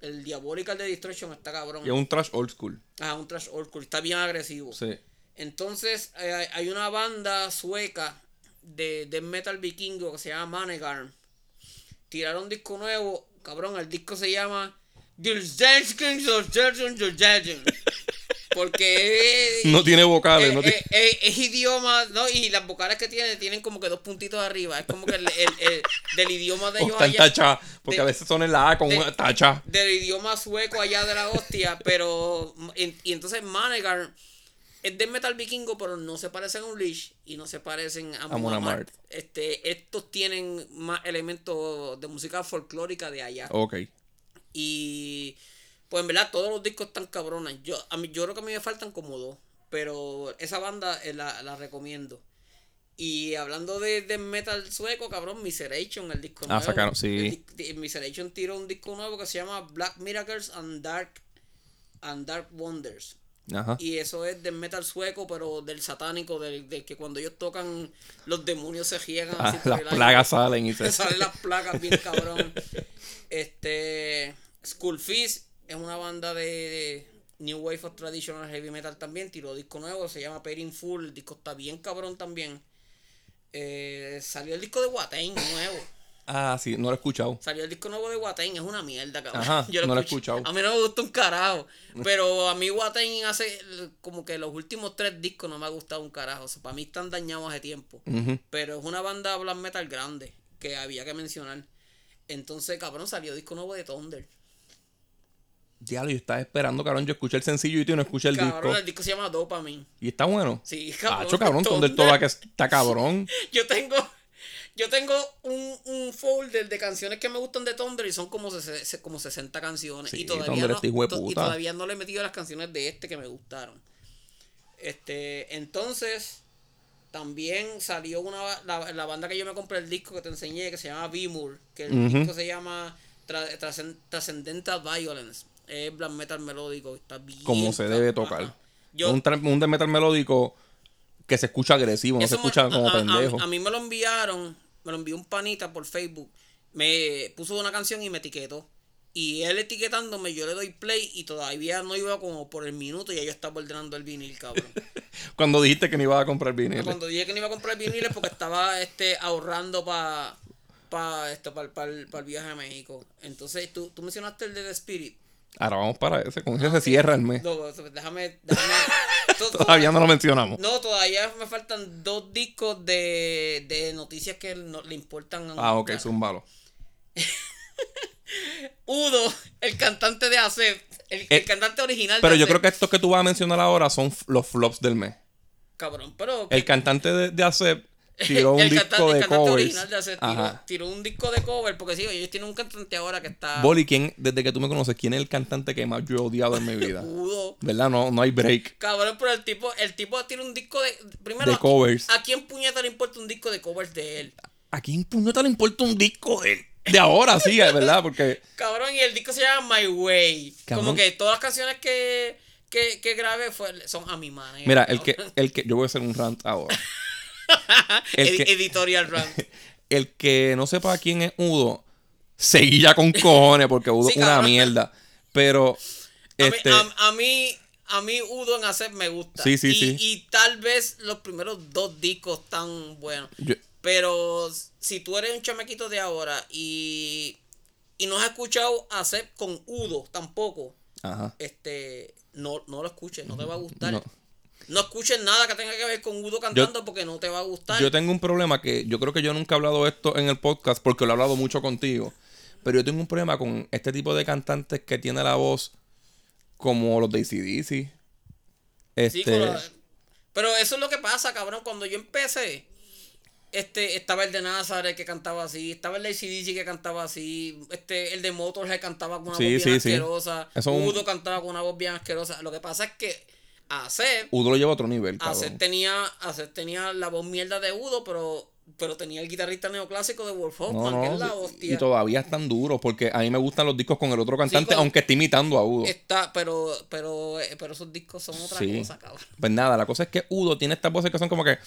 S3: el Diabolical de Destruction está cabrón.
S2: y es un trash old school.
S3: Ah, un trash hardcore, está bien agresivo.
S2: Sí.
S3: Entonces, eh, hay- hay una banda sueca de, de metal vikingo que se llama Manegarm. Tiraron un disco nuevo, cabrón, el disco se llama Dilzhenskins of Dilzhen Dilzhenskins. Porque es,
S2: No tiene vocales.
S3: es-
S2: no tiene-
S3: es- es- es idioma, ¿no? Y las vocales que tiene tienen como que dos puntitos arriba. Es como que el, el- el- del idioma de
S2: o
S3: ellos
S2: están
S3: allá-
S2: tachadas. Porque
S3: de-
S2: a veces son en la A con
S3: de-
S2: una tacha.
S3: del idioma sueco allá de la hostia, pero y, y entonces Manegar es de metal vikingo, pero no se parecen a un leash y no se parecen a
S2: Mon
S3: Mon Amart.
S2: Amart.
S3: Este, estos tienen más elementos de música folclórica de allá.
S2: Ok.
S3: Y pues en verdad todos los discos están cabronas. Yo, a mí, yo creo que a mí me faltan como dos. Pero esa banda eh, la, la recomiendo. Y hablando de, de metal sueco, cabrón, Miseration, el disco
S2: Ah,
S3: nuevo.
S2: sacaron, sí.
S3: El dis- di- Miseration tiró un disco nuevo que se llama Black Miracles and Dark and Dark Wonders.
S2: Ajá.
S3: Y eso es del metal sueco, pero del satánico, del, del que cuando ellos tocan, los demonios se giegan.
S2: Ah,
S3: por
S2: las
S3: el aire.
S2: plagas salen y se...
S3: Te salen las placas bien cabrón. Este. Skullfish es una banda de, de New Wave of Traditional Heavy Metal también. Tiró disco nuevo, se llama Painting Full. El disco está bien cabrón también. Eh, salió el disco de Watain nuevo.
S2: Ah, sí, no lo he escuchado.
S3: Salió el disco nuevo de Watain, es una mierda, cabrón.
S2: Ajá, no lo he escuchado.
S3: A mí no me gusta un carajo. Pero a mí Watain hace eh, como que los últimos tres discos no me ha gustado un carajo. O sea, para mí están dañados hace tiempo.
S2: Ujú.
S3: Pero es una banda black metal grande que había que mencionar. Entonces, cabrón, salió disco nuevo de Thunder.
S2: Diablo, yo estaba esperando, cabrón. Yo escuché el sencillo y tú no escuché el
S3: cabrón,
S2: disco.
S3: el disco se llama Dopamine.
S2: Y está bueno.
S3: Sí, cabrón.
S2: Pacho, cabrón, donde el todo que está cabrón.
S3: Yo tengo, yo tengo un, un folder de canciones que me gustan de Thunder y son como, sese- se- como 60 canciones.
S2: Sí,
S3: y, todavía
S2: Thunder
S3: no,
S2: este hijo de
S3: to- y
S2: puta.
S3: todavía no le he metido las canciones de este que me gustaron. Este, entonces, también salió una ba- la, la banda que yo me compré el disco que te enseñé, que se llama Vimur, que el
S2: Ujú.
S3: disco se llama Tra- Trascen- Transcendental Violence. Es black metal melódico, está bien.
S2: Como se debe
S3: cabrón.
S2: tocar.
S3: Ajá. Yo-
S2: Un, tra- un death metal melódico que se escucha agresivo, no se
S3: eso me-
S2: escucha como
S3: a- a- a-
S2: pendejo.
S3: A, mí me lo enviaron, me lo envió un panita por Facebook. Me puso una canción y me etiquetó. Y él etiquetándome, yo le doy play y todavía no iba como por el minuto y ya yo estaba ordenando el vinil, cabrón.
S2: Cuando dijiste que no ibas a comprar vinil.
S3: Cuando dije que no iba a comprar viniles porque estaba este, ahorrando para pa esto, para el viaje a México. Entonces, tú, tú mencionaste el de The Spirit.
S2: Ahora vamos para ese. Con ese se cierra el mes.
S3: No, déjame... déjame to-
S2: Todavía no lo mencionamos.
S3: No, todavía me faltan dos discos de, de noticias que no, le importan a
S2: Ah, ok, zúmbalo.
S3: Udo, el cantante de ASEP, el, el
S2: Eh,
S3: cantante original
S2: Pero
S3: de
S2: yo
S3: Acep.
S2: creo que estos que tú vas a mencionar ahora son f- los flops del mes.
S3: Cabrón, pero...
S2: El cantante de, de Acep tiró un
S3: cantante-
S2: disco de
S3: el cantante
S2: covers.
S3: original de Acep tiró,
S2: Ajá.
S3: tiró un disco de cover, porque sí, ellos tienen un cantante ahora que está...
S2: Boli, ¿quién, desde que tú me conoces, quién es el cantante que más yo he odiado en mi vida?
S3: Udo.
S2: ¿Verdad? No, no hay break.
S3: Cabrón, pero el tipo, el tipo tiene un disco de... Primero,
S2: De covers.
S3: ¿a quién puñeta le importa un disco de covers de él?
S2: ¿A quién puñeta le importa un disco de, de ahora? Sí, es verdad, porque
S3: Cabrón, y el disco se llama My Way. Como
S2: Cabrón.
S3: que todas las canciones que, que, que grabé fue- son a mi manera.
S2: Mira, el que,
S3: cabrón.
S2: el que. Yo voy a hacer un rant ahora. el
S3: Ed-
S2: que-
S3: Editorial Run.
S2: El que no sepa quién es Udo, seguí ya con cojones, porque Udo es
S3: Sí,
S2: una
S3: cabrón.
S2: mierda. Pero.
S3: A mí-
S2: Este,
S3: A, a mí, a mí Udo en hacer me gusta.
S2: Sí, sí,
S3: y,
S2: sí.
S3: y tal vez los primeros dos discos están buenos.
S2: yo-
S3: Pero si tú eres un chamequito de ahora y, y no has escuchado hacer con Udo tampoco,
S2: ajá.
S3: este no, no lo escuches, no te va a gustar.
S2: No.
S3: No. escuches nada que tenga que ver con Udo cantando porque no te va a gustar.
S2: Yo tengo un problema que yo creo que yo nunca he hablado esto en el podcast porque lo he hablado mucho contigo. Pero yo tengo un problema con este tipo de cantantes que tiene la voz como los de ACDC. Este,
S3: Sí, con la- pero eso es lo que pasa, cabrón. Cuando yo empecé, este, estaba el de Nazareth que cantaba así, estaba el de ACDC que cantaba así, este, el de Motorhead cantaba con una
S2: Sí,
S3: voz
S2: sí,
S3: bien
S2: sí.
S3: asquerosa,
S2: Eso es un-
S3: Udo cantaba con una voz bien asquerosa. Lo que pasa es que hacer
S2: Udo lo lleva a otro nivel,
S3: Acer
S2: cabrón.
S3: tenía, Acer tenía la voz mierda de Udo, pero, pero tenía el guitarrista neoclásico de Wolf Hoffman, que es la
S2: y
S3: hostia.
S2: todavía están duros porque a mí me gustan los discos con el otro cantante,
S3: con-
S2: aunque esté imitando a Udo.
S3: Está, pero, pero, eh, pero esos discos son otra
S2: Sí.
S3: cosa, cabrón.
S2: Pues nada, la cosa es que Udo tiene estas voces que son como que.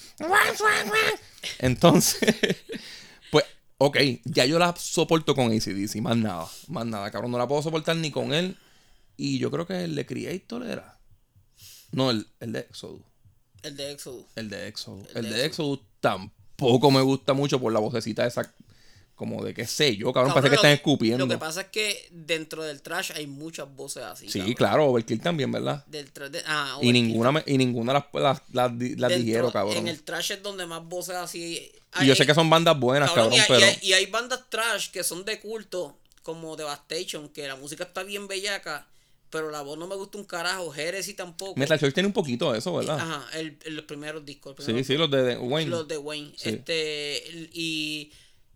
S2: Entonces, pues, ok, ya yo la soporto con ACDC, más nada, más nada, cabrón, no la puedo soportar ni con él. Y yo creo que el de Creator era. No, el, el de Exodus.
S3: El de Exodus.
S2: El de Exodus.
S3: El
S2: El,
S3: de
S2: de Exodus tampoco me gusta mucho por la vocecita esa, como de qué sé yo, cabrón, parece que
S3: Cabrón, lo
S2: están escupiendo.
S3: Lo que pasa es que dentro del trash hay muchas voces así.
S2: Sí,
S3: cabrón.
S2: claro, Overkill también, ¿verdad?
S3: Del trash de- ah,
S2: y
S3: ok.
S2: ninguna me- y ninguna las, las, las, di- las
S3: Dentro-
S2: dijeron,
S3: En
S2: cabrón.
S3: el trash es donde más voces así.
S2: Y yo sé que son bandas buenas, cabrón,
S3: y, hay-
S2: pero
S3: y hay, y hay bandas trash que son de culto, como Devastation, que la música está bien bellaca, pero la voz no me gusta un carajo. Heresy tampoco.
S2: Metal Church tiene un poquito de eso, ¿verdad?
S3: Ajá, el, el- los primeros discos. los
S2: sí,
S3: primeros-
S2: sí, los de, de Wayne.
S3: Los de Wayne.
S2: Sí.
S3: Este, el- y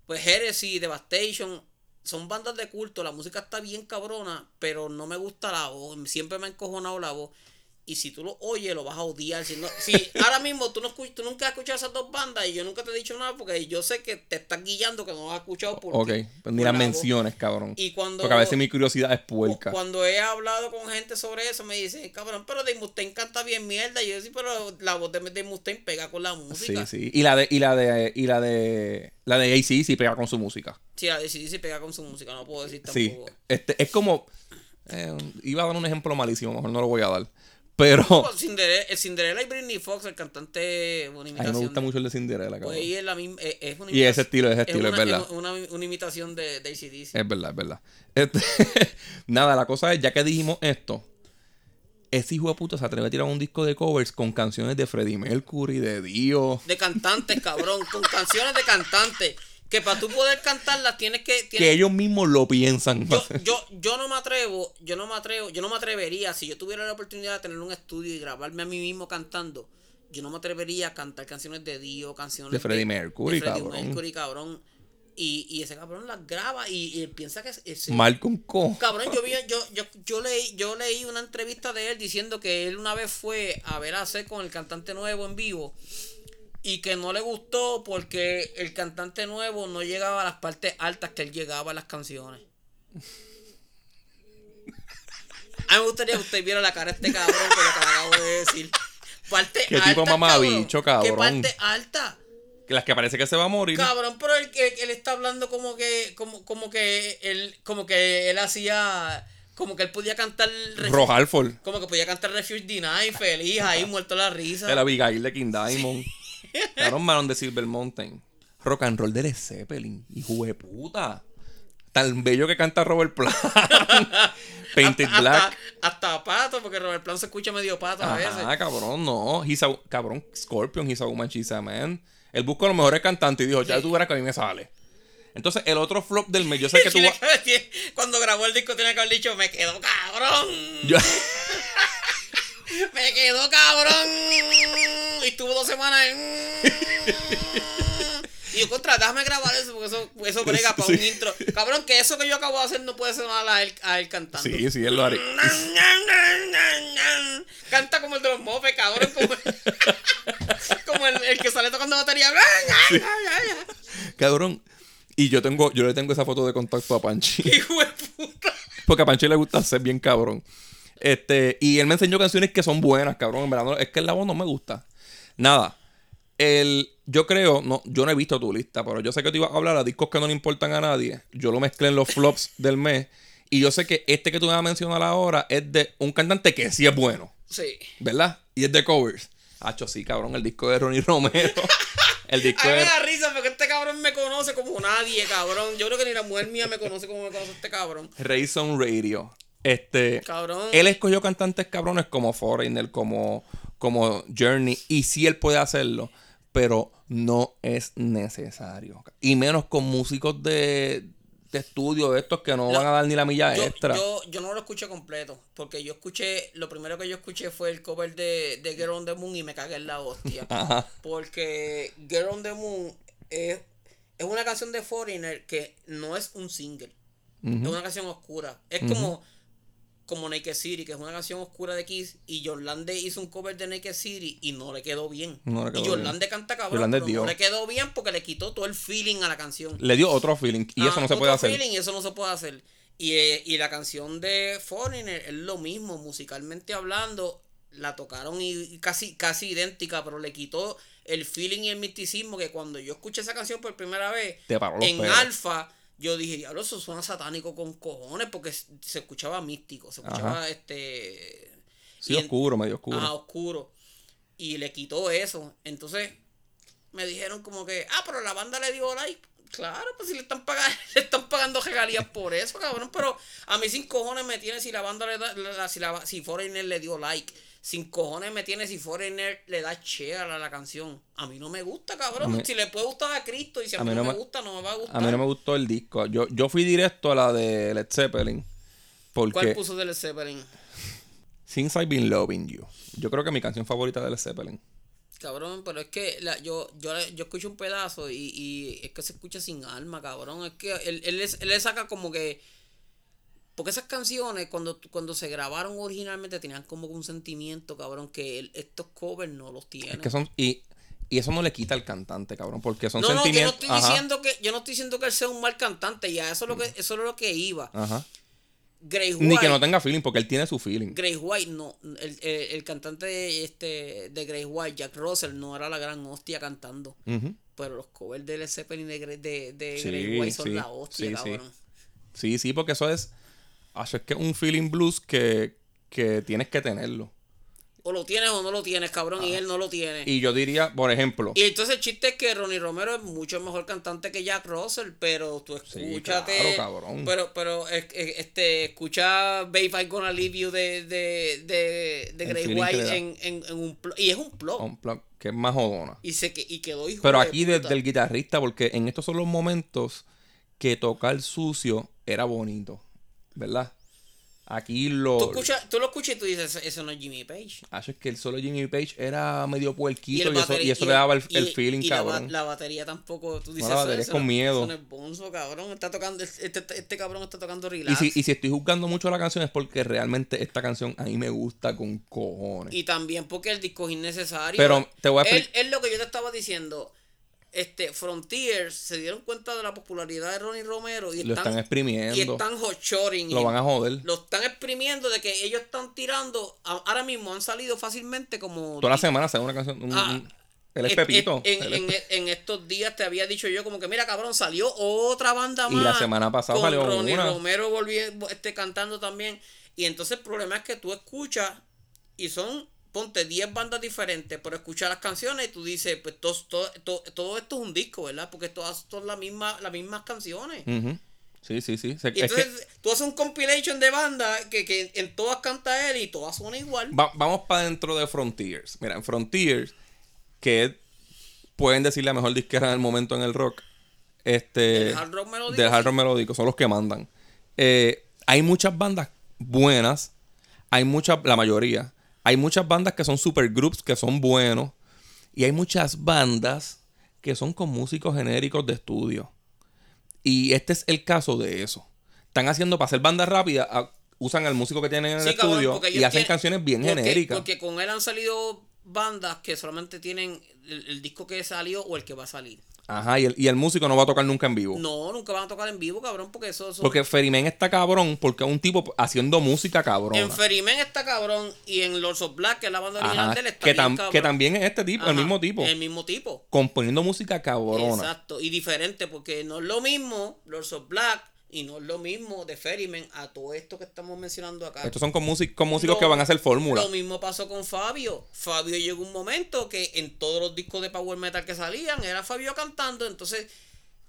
S3: pues Heresy, Devastation, son bandas de culto, la música está bien cabrona, pero no me gusta la voz, siempre me ha encojonado la voz. Y si tú lo oyes, lo vas a odiar. Si, no- si ahora mismo tú, no escuch- tú nunca has escuchado esas dos bandas y yo nunca te he dicho nada porque yo sé que te estás guiando que no las has escuchado. Porque,
S2: Ok, pues ni
S3: por
S2: las
S3: la voz.
S2: menciones, cabrón.
S3: Y cuando-
S2: Porque a veces mi curiosidad es puerca.
S3: Cuando he hablado con gente sobre eso, me dicen, cabrón, pero Dave Mustaine canta bien mierda. Y yo sí, pero la voz de Dave Mustaine pega con la
S2: Sí,
S3: música. Sí,
S2: sí. Y la de, y la de, y la de, la de AC sí pega con su música.
S3: la de sí, sí pega con su música, no puedo decir
S2: Sí.
S3: tampoco.
S2: Este, es como, eh, iba a dar un ejemplo malísimo, mejor no lo voy a dar. Pero
S3: Pues, Cinderella, el Cinderella y Britney Fox, el cantante, una
S2: a mí
S3: imitación.
S2: me gusta
S3: de-
S2: mucho el de Cinderella,
S3: Pues,
S2: cabrón.
S3: y es la misma, es, es una
S2: Y ese
S3: imitación-
S2: estilo, ese estilo, es
S3: una,
S2: verdad.
S3: una, una imitación de, de ACDC.
S2: Es verdad, es verdad. Este, nada, la cosa es, ya que dijimos esto, ese hijo de puta se atreve a tirar un disco de covers con canciones de Freddie Mercury, de Dio.
S3: de cantantes, cabrón, con canciones de cantantes. Que para tú poder cantarlas tienes que.
S2: Que
S3: Tienes,
S2: ellos mismos lo piensan.
S3: yo, yo, yo no me atrevo, yo no me atrevo, yo no me atrevería, si yo tuviera la oportunidad de tener un estudio y grabarme a mí mismo cantando, yo no me atrevería a cantar canciones de Dio, canciones
S2: De Freddie Mercury,
S3: Freddie
S2: cabrón.
S3: Mercury, cabrón. Y, y ese cabrón las graba y, y él piensa que es- ese-
S2: Mal con co.
S3: Cabrón, yo, vi, yo, yo, yo, leí, yo leí una entrevista de él diciendo que él una vez fue a ver a hacer con el cantante nuevo en vivo y que no le gustó porque el cantante nuevo no llegaba a las partes altas que él llegaba a las canciones. A mí me gustaría que usted viera la cara de este cabrón con lo que le acabo de decir. Parte
S2: Qué tipo
S3: alta,
S2: mamabicho,
S3: ¿Qué
S2: cabrón.
S3: parte alta?
S2: Que Las que parece que se va a morir.
S3: Cabrón, pero él, él, él está hablando como que, como, como que él, como que él hacía, como que él podía cantar, Refu-
S2: Ross Halford.
S3: como que podía cantar Refuge Deny, feliz ahí, muerto la risa.
S2: El Abigail de King Diamond. Cabrón Maron de Silver Mountain. Rock and roll de Led Zeppelin. Hijo de puta. Tan bello que canta Robert Plant. Painted
S3: hasta,
S2: Black.
S3: hasta pato, porque Robert Plan se escucha medio pato a veces.
S2: Ah, cabrón, no. He's a- cabrón, Scorpion, he's a woman, she's a man. Él buscó a los mejores cantantes y dijo, ya tú verás que a mí me sale. Entonces, el otro flop del mes, yo sé que tú
S3: Tiene
S2: vas...
S3: que- Cuando grabó el disco tenía que haber dicho, me quedó cabrón,
S2: Yo-
S3: me quedó cabrón. Y estuvo dos semanas en... Y yo contra, déjame grabar eso, porque eso, eso brega para un
S2: Pues, Sí.
S3: intro. Cabrón, que eso que yo acabo de hacer no puede sonar a él, a él cantando.
S2: sí, sí, él lo haría.
S3: Canta como el de los mopes, cabrón. Como, como el, el que sale tocando batería.
S2: Cabrón. Y yo tengo, yo le tengo esa foto de contacto a Panchi.
S3: Hijo de puta.
S2: Porque a Pancho le gusta ser bien cabrón. Este, y él me enseñó canciones que son buenas, cabrón. En verdad, no- es que la voz no me gusta. Nada. El, yo creo, no, yo no he visto tu lista, pero yo sé que tú ibas a hablar a discos que no le importan a nadie. Yo lo mezclé en los flops del mes. Y yo sé que este que tú me vas a mencionar ahora es de un cantante que sí es bueno,
S3: Sí.
S2: ¿verdad? Y es de covers. Hacho, sí, cabrón, el disco de Ronnie Romero. El
S3: A
S2: disco
S3: mí me
S2: de.
S3: da risa porque este cabrón me conoce como nadie, cabrón. Yo creo que ni la mujer mía me conoce como me conoce este cabrón.
S2: Rayson Radio. Este.
S3: Cabrón.
S2: Él escogió cantantes cabrones como Foreigner, como, como Journey, y sí él puede hacerlo, pero no es necesario. Y menos con músicos de, de estudio de estos que no
S3: La-
S2: van a dar ni la milla
S3: yo,
S2: extra.
S3: yo, yo no lo escuché completo. Porque yo escuché, lo primero que yo escuché fue el cover de, de Girl on the Moon y me cagué en la hostia.
S2: Ajá.
S3: Porque Girl on the Moon es, es una canción de Foreigner que no es un single. Es una canción oscura. Es como, como Naked City, que es una canción oscura de Kiss. Y Yolande hizo un cover de Naked City y no le quedó bien.
S2: No le quedó
S3: y
S2: bien.
S3: Yolande canta cabrón.
S2: Yolande es
S3: pero
S2: Dios.
S3: no le quedó bien porque le quitó todo el feeling a la canción.
S2: Le dio otro feeling, y eso no
S3: Ah,
S2: se
S3: otro
S2: puede hacer.
S3: feeling, y eso no se puede hacer. Y, eh, y la canción de Foreigner es lo mismo, musicalmente hablando, la tocaron y, y casi, casi idéntica, pero le quitó el feeling y el misticismo que cuando yo escuché esa canción por primera vez
S2: Te paró los
S3: en
S2: pelos.
S3: Alfa, yo dije, diablo, eso suena satánico con cojones, porque s- se escuchaba místico, se escuchaba este...
S2: Sí,
S3: y en- Ah,
S2: oscuro, medio oscuro.
S3: Ajá, oscuro. Y le quitó eso. Entonces, me dijeron como que, ah, pero la banda le dio like. Claro, pues si le están pagando, le están pagando regalías por eso, cabrón. Pero a mí sin cojones me tiene si la banda le da, la- la- si, la, si Foreigner le dio like. Sin cojones me tiene si Foreigner le da share a la canción. A mí no me gusta, cabrón.
S2: A mí-
S3: si le puede gustar a Cristo y si a, mí, no, me, gusta, no me va a gustar.
S2: A mí no me gustó el disco. Yo, yo fui directo a la de Led Zeppelin.
S3: ¿Cuál
S2: Porque
S3: puso del Zeppelin?
S2: Since I've Been Loving You. Yo creo que mi canción favorita de Led Zeppelin.
S3: Cabrón, pero es que la- yo, yo, yo escucho un pedazo y, y es que se escucha sin alma, cabrón. Es que él, él, le- él le saca como que Porque esas canciones, cuando, cuando se grabaron originalmente, tenían como un sentimiento, cabrón, que el- estos covers no los tienen.
S2: Es que son. Y, y eso no le quita al cantante, cabrón. Porque son
S3: no, no, yo no
S2: sentimientos.
S3: estoy
S2: Ajá,
S3: diciendo que, yo no estoy diciendo que él sea un mal cantante, ya eso es lo que, eso es lo que iba.
S2: ajá.
S3: Grey White.
S2: Ni que no tenga feeling, porque él tiene su feeling.
S3: Grace White no, el, el- el cantante de, este, de Grace White, Jack Russell, no era la gran hostia cantando.
S2: Ujú.
S3: Pero los covers de Led Zeppelin de, Gre- de, de
S2: Sí,
S3: Grace White son
S2: sí,
S3: la hostia,
S2: sí, sí.
S3: cabrón.
S2: Sí, sí, porque eso es. Eso es que es un feeling blues que, que tienes que tenerlo.
S3: O lo tienes o no lo tienes, cabrón, y él no lo tiene. Y,
S2: Ah. Y yo diría, por ejemplo.
S3: entonces el chiste es que Ronnie Romero es mucho mejor cantante que Jack Russell, pero tú escúchate.
S2: claro, cabrón.
S3: Pero, pero es- es- este, escucha Babe I Gonna Leave You de, de, de, de
S2: El
S3: Grace
S2: feeling que le da.
S3: White en, en, en un plo- Y es un plot.
S2: unplug, que es más jodona.
S3: Y se que, y quedó hijo
S2: Pero
S3: de
S2: aquí
S3: puta.
S2: desde el guitarrista, porque en estos son los momentos que tocar sucio era bonito, ¿verdad? Aquí lo...
S3: Tú, escuchas- tú lo escuchas y tú dices, "Eso- eso no es Jimmy Page.
S2: Ah, es que el solo Jimmy Page era medio puerquito y,
S3: el
S2: eso,
S3: bateri-
S2: y eso
S3: y
S2: le
S3: el-
S2: daba el,
S3: y
S2: el
S3: el-
S2: feeling,
S3: y la ba-
S2: cabrón.
S3: La, batería tampoco. Tú dices,
S2: la
S3: "Eso-
S2: batería es
S3: eso
S2: con
S3: no-
S2: miedo".
S3: eso no es bonzo, cabrón. Está tocando, este, este- este cabrón está tocando
S2: Y
S3: relax.
S2: si,
S3: Y,
S2: y si estoy juzgando mucho la canción es porque realmente esta canción a mí me gusta con cojones.
S3: también porque el disco es innecesario.
S2: Pero te voy a
S3: Él-
S2: explicar...
S3: Es lo que yo te estaba diciendo. Este, Frontiers se dieron cuenta de la popularidad de Ronnie Romero y
S2: Lo están
S3: están, y
S2: exprimiendo.
S3: están hot shotting.
S2: Lo
S3: y-
S2: van a joder.
S3: lo están exprimiendo de que ellos están tirando. a- ahora mismo han salido fácilmente como.
S2: Toda la semana sale una canción... un-
S3: Ah,
S2: un- él es
S3: En-
S2: Pepito.
S3: En,
S2: él es
S3: en-
S2: Pe-
S3: en estos días te había dicho yo como que mira cabrón salió otra banda
S2: Y
S3: más.
S2: la semana pasada
S3: con
S2: salió
S3: Ronnie
S2: una.
S3: Romero volviendo, este, cantando también. Y entonces el problema es que tú escuchas y son, ponte 10 bandas diferentes, pero escuchas las canciones y tú dices, pues tos- to- to- todo esto es un disco, ¿verdad? Porque todas son las mismas, las mismas canciones.
S2: Ujú. Sí, sí, sí. Se-
S3: Y
S2: Mm, es que-
S3: entonces tú haces un compilation de bandas que, que en todas canta él y todas suenan igual.
S2: Va- vamos para dentro de Frontiers. Mira, en Frontiers, que es- pueden decir la mejor disquera del momento en el rock. Este,
S3: Del hard rock melódico,
S2: del hard
S3: sí.
S2: rock melódico, son los que mandan. Eh, hay muchas bandas buenas. Hay muchas, la mayoría. Hay muchas bandas que son supergroups que son buenos. Y hay muchas bandas que son con músicos genéricos de estudio. Y este es el caso de eso. Están haciendo para hacer bandas rápidas, a- usan al músico que tienen en el
S3: Sí, cabrón,
S2: estudio
S3: porque
S2: y
S3: ellos
S2: hacen
S3: tienen-
S2: canciones bien
S3: porque-
S2: genéricas.
S3: Porque con él han salido bandas que solamente tienen el, el disco que salió o el que va a salir.
S2: Ajá, y el, y el músico no va a tocar nunca en vivo.
S3: No, nunca van a tocar en vivo, cabrón, porque eso... eso-
S2: Porque Ferimen está cabrón, porque es un tipo haciendo música cabrón.
S3: en Ferimen está cabrón y en Lords of Black, que es la banda original
S2: Ajá,
S3: de él, está
S2: que,
S3: bien
S2: tam-
S3: cabrón.
S2: que también es este tipo, el
S3: Ajá,
S2: mismo tipo.
S3: El mismo tipo.
S2: Componiendo música cabrona.
S3: Exacto, y diferente, porque no es lo mismo Lords of Black y no es lo mismo de Ferryman a todo esto que estamos mencionando acá.
S2: Estos son con, músic- con músicos
S3: Lo-
S2: que van a hacer fórmula.
S3: Lo mismo pasó con Fabio. Fabio llegó un momento que en todos los discos de Power Metal que salían era Fabio cantando. Entonces,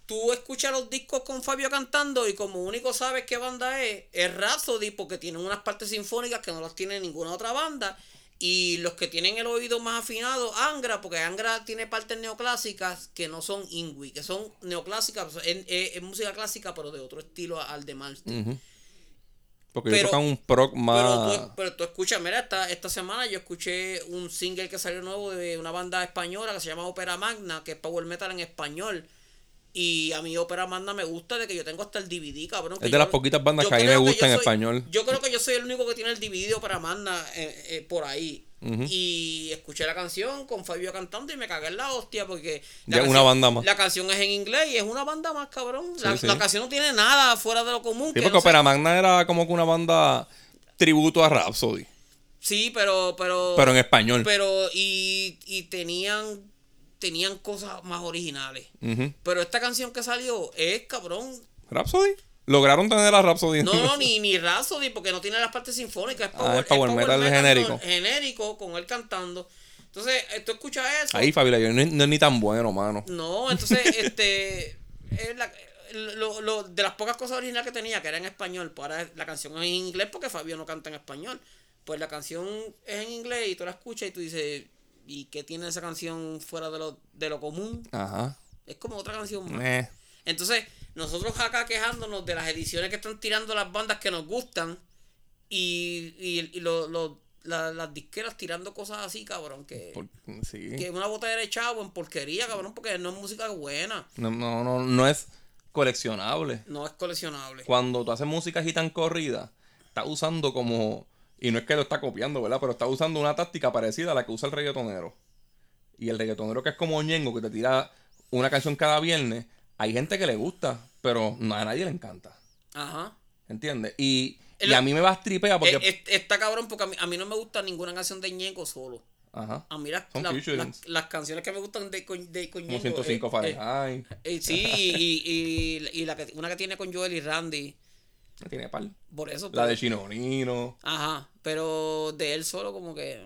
S3: tú escuchas los discos con Fabio cantando y como único sabes qué banda es, es Rhapsody porque tienen unas partes sinfónicas que no las tiene ninguna otra banda. Y los que tienen el oído más afinado, Angra, porque Angra tiene partes neoclásicas que no son Ingui, que son neoclásicas, pues, es, es- es música clásica, pero de otro estilo al de Malmsteen.
S2: Porque
S3: pero-
S2: ellos tocan un proc más.
S3: Pero tú, pero tú escuchas, mira, esta, esta semana yo escuché un single que salió nuevo de una banda española que se llama Opera Magna, que es power metal en español. Y a mí Opera Magna me gusta de que yo tengo hasta el DVD, cabrón. que
S2: de
S3: yo-
S2: las poquitas bandas
S3: yo
S2: que a mí
S3: creo
S2: me
S3: yo
S2: gusta en
S3: soy-
S2: español.
S3: Yo creo que yo soy el único que tiene el DVD de Opera Magna eh, eh, por ahí. Y escuché la canción con Fabio cantando y me cagué en la hostia porque... la
S2: Ya, una
S3: canción-
S2: banda más.
S3: La canción es en inglés y es una banda más, cabrón. la,
S2: Sí, sí.
S3: la canción no tiene nada fuera de lo común.
S2: Sí,
S3: que
S2: porque
S3: no sea-
S2: Opera Magna era como que una banda tributo a Rhapsody,
S3: Sí, pero... Pero,
S2: pero en español.
S3: pero y, y tenían tenían cosas más originales
S2: Ujú.
S3: pero esta canción que salió es cabrón
S2: ¿Rhapsody? ¿Lograron tener a Rhapsody?
S3: no no ni ni Rhapsody porque no tiene las partes sinfónicas es
S2: Ah,
S3: power,
S2: es power metal genérico.
S3: genérico con él cantando entonces eh, tú escuchas eso
S2: Ahí, Fabio, yo no, no es ni tan bueno, mano.
S3: no entonces este es la- lo- lo- de las pocas cosas originales que tenía que era en español pues ahora la canción es en inglés porque Fabio no canta en español pues la canción es en inglés y tú la escuchas y tú dices ¿y qué tiene esa canción fuera de lo, de lo común?
S2: Ajá.
S3: Es como otra canción más.
S2: Eh.
S3: Entonces, nosotros acá quejándonos de las ediciones que están tirando las bandas que nos gustan y, y- y lo- lo- la- las disqueras tirando cosas así, cabrón, que,
S2: Por- sí.
S3: que una bota de chavo en porquería, cabrón, porque no es música buena.
S2: No, no, no, no es coleccionable.
S3: No es coleccionable.
S2: Cuando tú haces música gitan corrida, estás usando como. Y no es que lo está copiando, ¿verdad? Pero está usando una táctica parecida a la que usa el reggaetonero. Y el reggaetonero que es como Ñengo, que te tira una canción cada viernes. Hay gente que le gusta, pero no- a nadie le encanta.
S3: Ajá.
S2: ¿Entiendes? Y,
S3: El-
S2: y a mí me va a tripear porque.
S3: Eh, eh, está cabrón porque a mí, a mí no me gusta ninguna canción de Ñengo solo.
S2: ajá.
S3: A mí las,
S2: Son
S3: la-
S2: featurings.
S3: las- las canciones que me gustan de, con, de, con
S2: Como
S3: Ñengo,
S2: 105
S3: eh, eh,
S2: Fahrenheit.
S3: eh, sí, y, y- y la que, una que tiene con Joel y Randy. eh.
S2: Tiene par.
S3: Por eso.
S2: La
S3: pero-
S2: de Chinonino.
S3: Ajá. Pero de él solo, como que.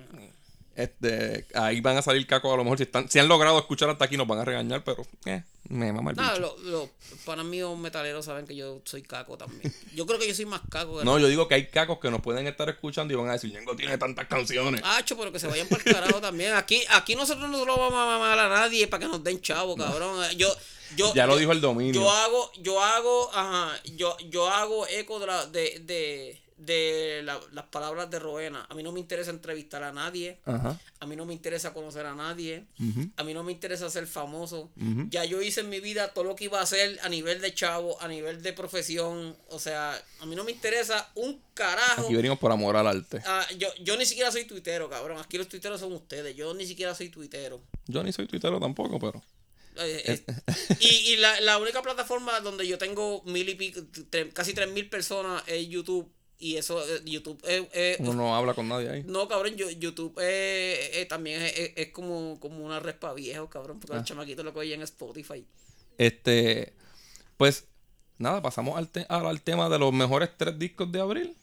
S2: Este, ahí van a salir cacos a lo mejor. Si, están, si han logrado escuchar hasta aquí, nos van a regañar, pero eh, me mama el
S3: Nada,
S2: bicho.
S3: los los panas míos metaleros saben que yo soy caco también. Yo creo que yo soy más caco que
S2: No, yo digo que hay cacos que nos pueden estar escuchando y van a decir, Ñengo tiene tantas canciones.
S3: Hacho, pero que se vayan para el carajo también. Aquí, aquí nosotros no se lo vamos a mamar a nadie para que nos den chavo, cabrón. Eh, Yo, yo,
S2: ya lo
S3: yo-
S2: dijo el dominio.
S3: Yo hago, yo hago, ajá, yo, yo hago eco de, la- de, de, de la- las palabras de Roena. A mí no me interesa entrevistar a nadie.
S2: Ajá.
S3: A mí no me interesa conocer a nadie.
S2: Ujú.
S3: A mí no me interesa ser famoso.
S2: Ujú.
S3: Ya yo hice en mi vida todo lo que iba a hacer a nivel de chavo, a nivel de profesión. O sea, a mí no me interesa un carajo.
S2: Aquí venimos por amor al arte.
S3: Ah, yo, yo ni siquiera soy tuitero, cabrón. Aquí los tuiteros son ustedes. Yo ni siquiera soy tuitero.
S2: Yo ni soy tuitero tampoco, pero.
S3: Eh, eh, y y la, la única plataforma donde yo tengo mil y pico, tre- casi tres mil personas es YouTube. Y eso, eh, YouTube es. es-
S2: Uno no habla con nadie ahí.
S3: no, cabrón, yo, YouTube es- es- también es, es- es como, como una respa viejo, cabrón, porque los chamaquitos lo oyen en Spotify.
S2: Este. Pues, nada, pasamos al, te- ahora al tema de los mejores tres discos de abril.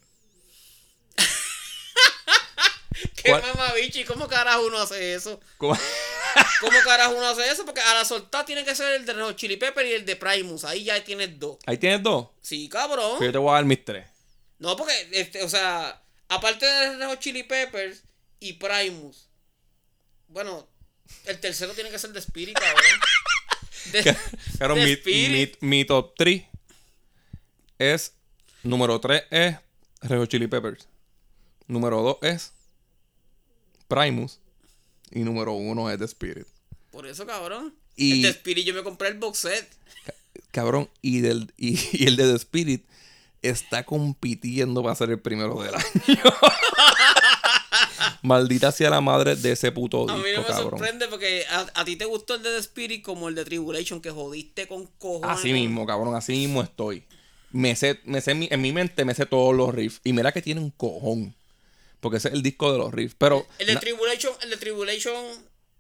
S3: ¿Qué
S2: ¿Cuál?
S3: mamabicho? ¿Y cómo carajo uno hace eso?
S2: ¿Cómo-
S3: ¿Cómo carajo uno hace eso? Porque a la soltada tiene que ser el de los Chili Pepper y el de Primus. Ahí ya tienes dos.
S2: Ahí tienes dos.
S3: Sí, cabrón.
S2: Pues yo te voy a dar mis tres.
S3: No, porque, este, o sea, aparte de Red Hot Chili Peppers y Primus, bueno, el tercero tiene que ser de Spirit, cabrón. De,
S2: Claro,
S3: de
S2: mi, mi,
S3: Spirit.
S2: mi top 3 es. Número 3 es Red Hot Chili Peppers. Número 2 es Primus. Y número 1 es The Spirit.
S3: Por eso, cabrón.
S2: Y-
S3: El de Spirit yo me compré el box set.
S2: Cabrón, y, del, y, y el de The Spirit está compitiendo para ser el primero del año. Maldita sea la madre de ese puto disco,
S3: A mí no me
S2: cabrón.
S3: sorprende porque a, a ti te gustó el de The Spirit como el de Tribulation, que jodiste con cojones.
S2: Así mismo, cabrón, así mismo estoy. Me sé, me sé en mi- en mi mente me sé todos los riffs. Y mira que tiene un cojón. Porque ese es el disco de los riffs. Pero
S3: El de
S2: na-
S3: Tribulation, el de Tribulation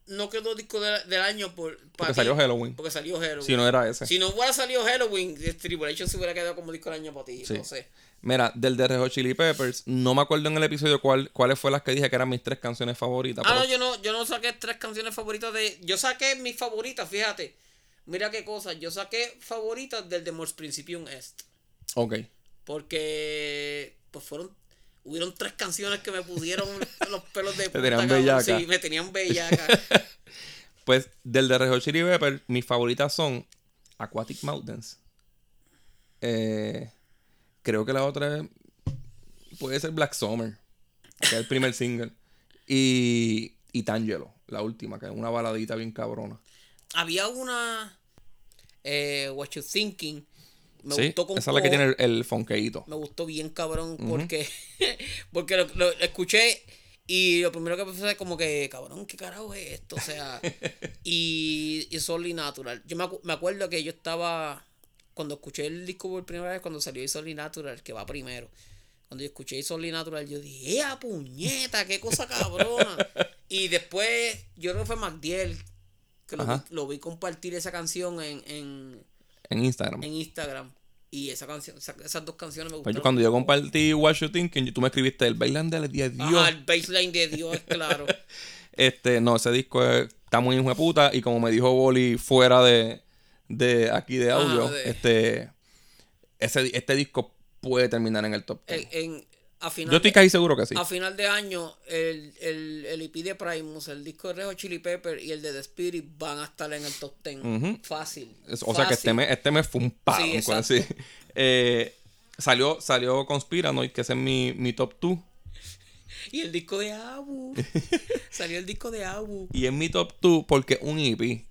S3: no quedó disco de- del año por, para
S2: porque
S3: ti,
S2: salió Halloween.
S3: Porque salió Halloween.
S2: Si no era ese.
S3: Si no hubiera salido Halloween, The Tribulation se hubiera quedado como disco del año para ti.
S2: Sí.
S3: No sé.
S2: Mira, del de Red Hot Chili Peppers, no me acuerdo en el episodio cuál, cuáles fue las que dije que eran mis tres canciones favoritas.
S3: Ah,
S2: pero
S3: no, yo no, yo no saqué tres canciones favoritas de. Yo saqué mis favoritas, fíjate. Mira qué cosa. Yo saqué favoritas del The Most Principium Est.
S2: Ok.
S3: Porque. Pues fueron. Hubieron tres canciones que me pudieron los pelos de puta.
S2: tenían
S3: cabrón.
S2: bellaca.
S3: Sí, me tenían bellaca.
S2: Pues del de Red Hot Chili Peppers, mis favoritas son Aquatic Mountains. Eh, creo que la otra es- puede ser Black Summer, que es el primer single. Y, y Tangelo, la última, que es una baladita bien cabrona.
S3: Había una. Eh, What You Thinking. Me
S2: Sí,
S3: gustó con
S2: esa es la que
S3: cojones.
S2: tiene el, el fonqueíto.
S3: me gustó bien cabrón porque porque lo, lo escuché y lo primero que pensé es como que cabrón qué carajo es esto o sea y, y Solid Natural yo me, acu- me acuerdo que yo estaba cuando escuché el disco por primera vez cuando salió Solid Natural que va primero cuando yo escuché Solid Natural yo dije ¡Ea puñeta qué cosa cabrona y después yo creo que fue MacDiel que lo vi,
S2: Ajá.
S3: lo vi compartir esa canción en, en,
S2: En Instagram.
S3: en Instagram y esa canción esa- esas dos canciones me
S2: Pues
S3: gustaron
S2: yo- cuando yo compartí What You Thinking, tú me escribiste el bailando del día de Dios.
S3: Ajá, el baseline de Dios, claro.
S2: Este, no, ese disco es- está muy hijo de puta. Y como me dijo Boli fuera de, de aquí de audio,
S3: Ah, de-
S2: este, ese, di- este disco puede terminar en el top 10.
S3: En, en- a, final
S2: Yo estoy
S3: de,
S2: casi seguro que sí.
S3: a final de año, el, el, el EP de Primus, el disco de Rejo Chili Pepper y el de The Spirit van a estar en el top 10.
S2: Ujú.
S3: Fácil.
S2: Es- o sea que este
S3: fácil.
S2: mes, este mes fue un palo.
S3: Sí,
S2: con
S3: exacto.
S2: así. Eh, salió, salió Conspiranoid, que ese es mi, mi top 2.
S3: Y el disco de Abu. Salió el disco de Abu.
S2: E Y es mi top 2 porque es un EP.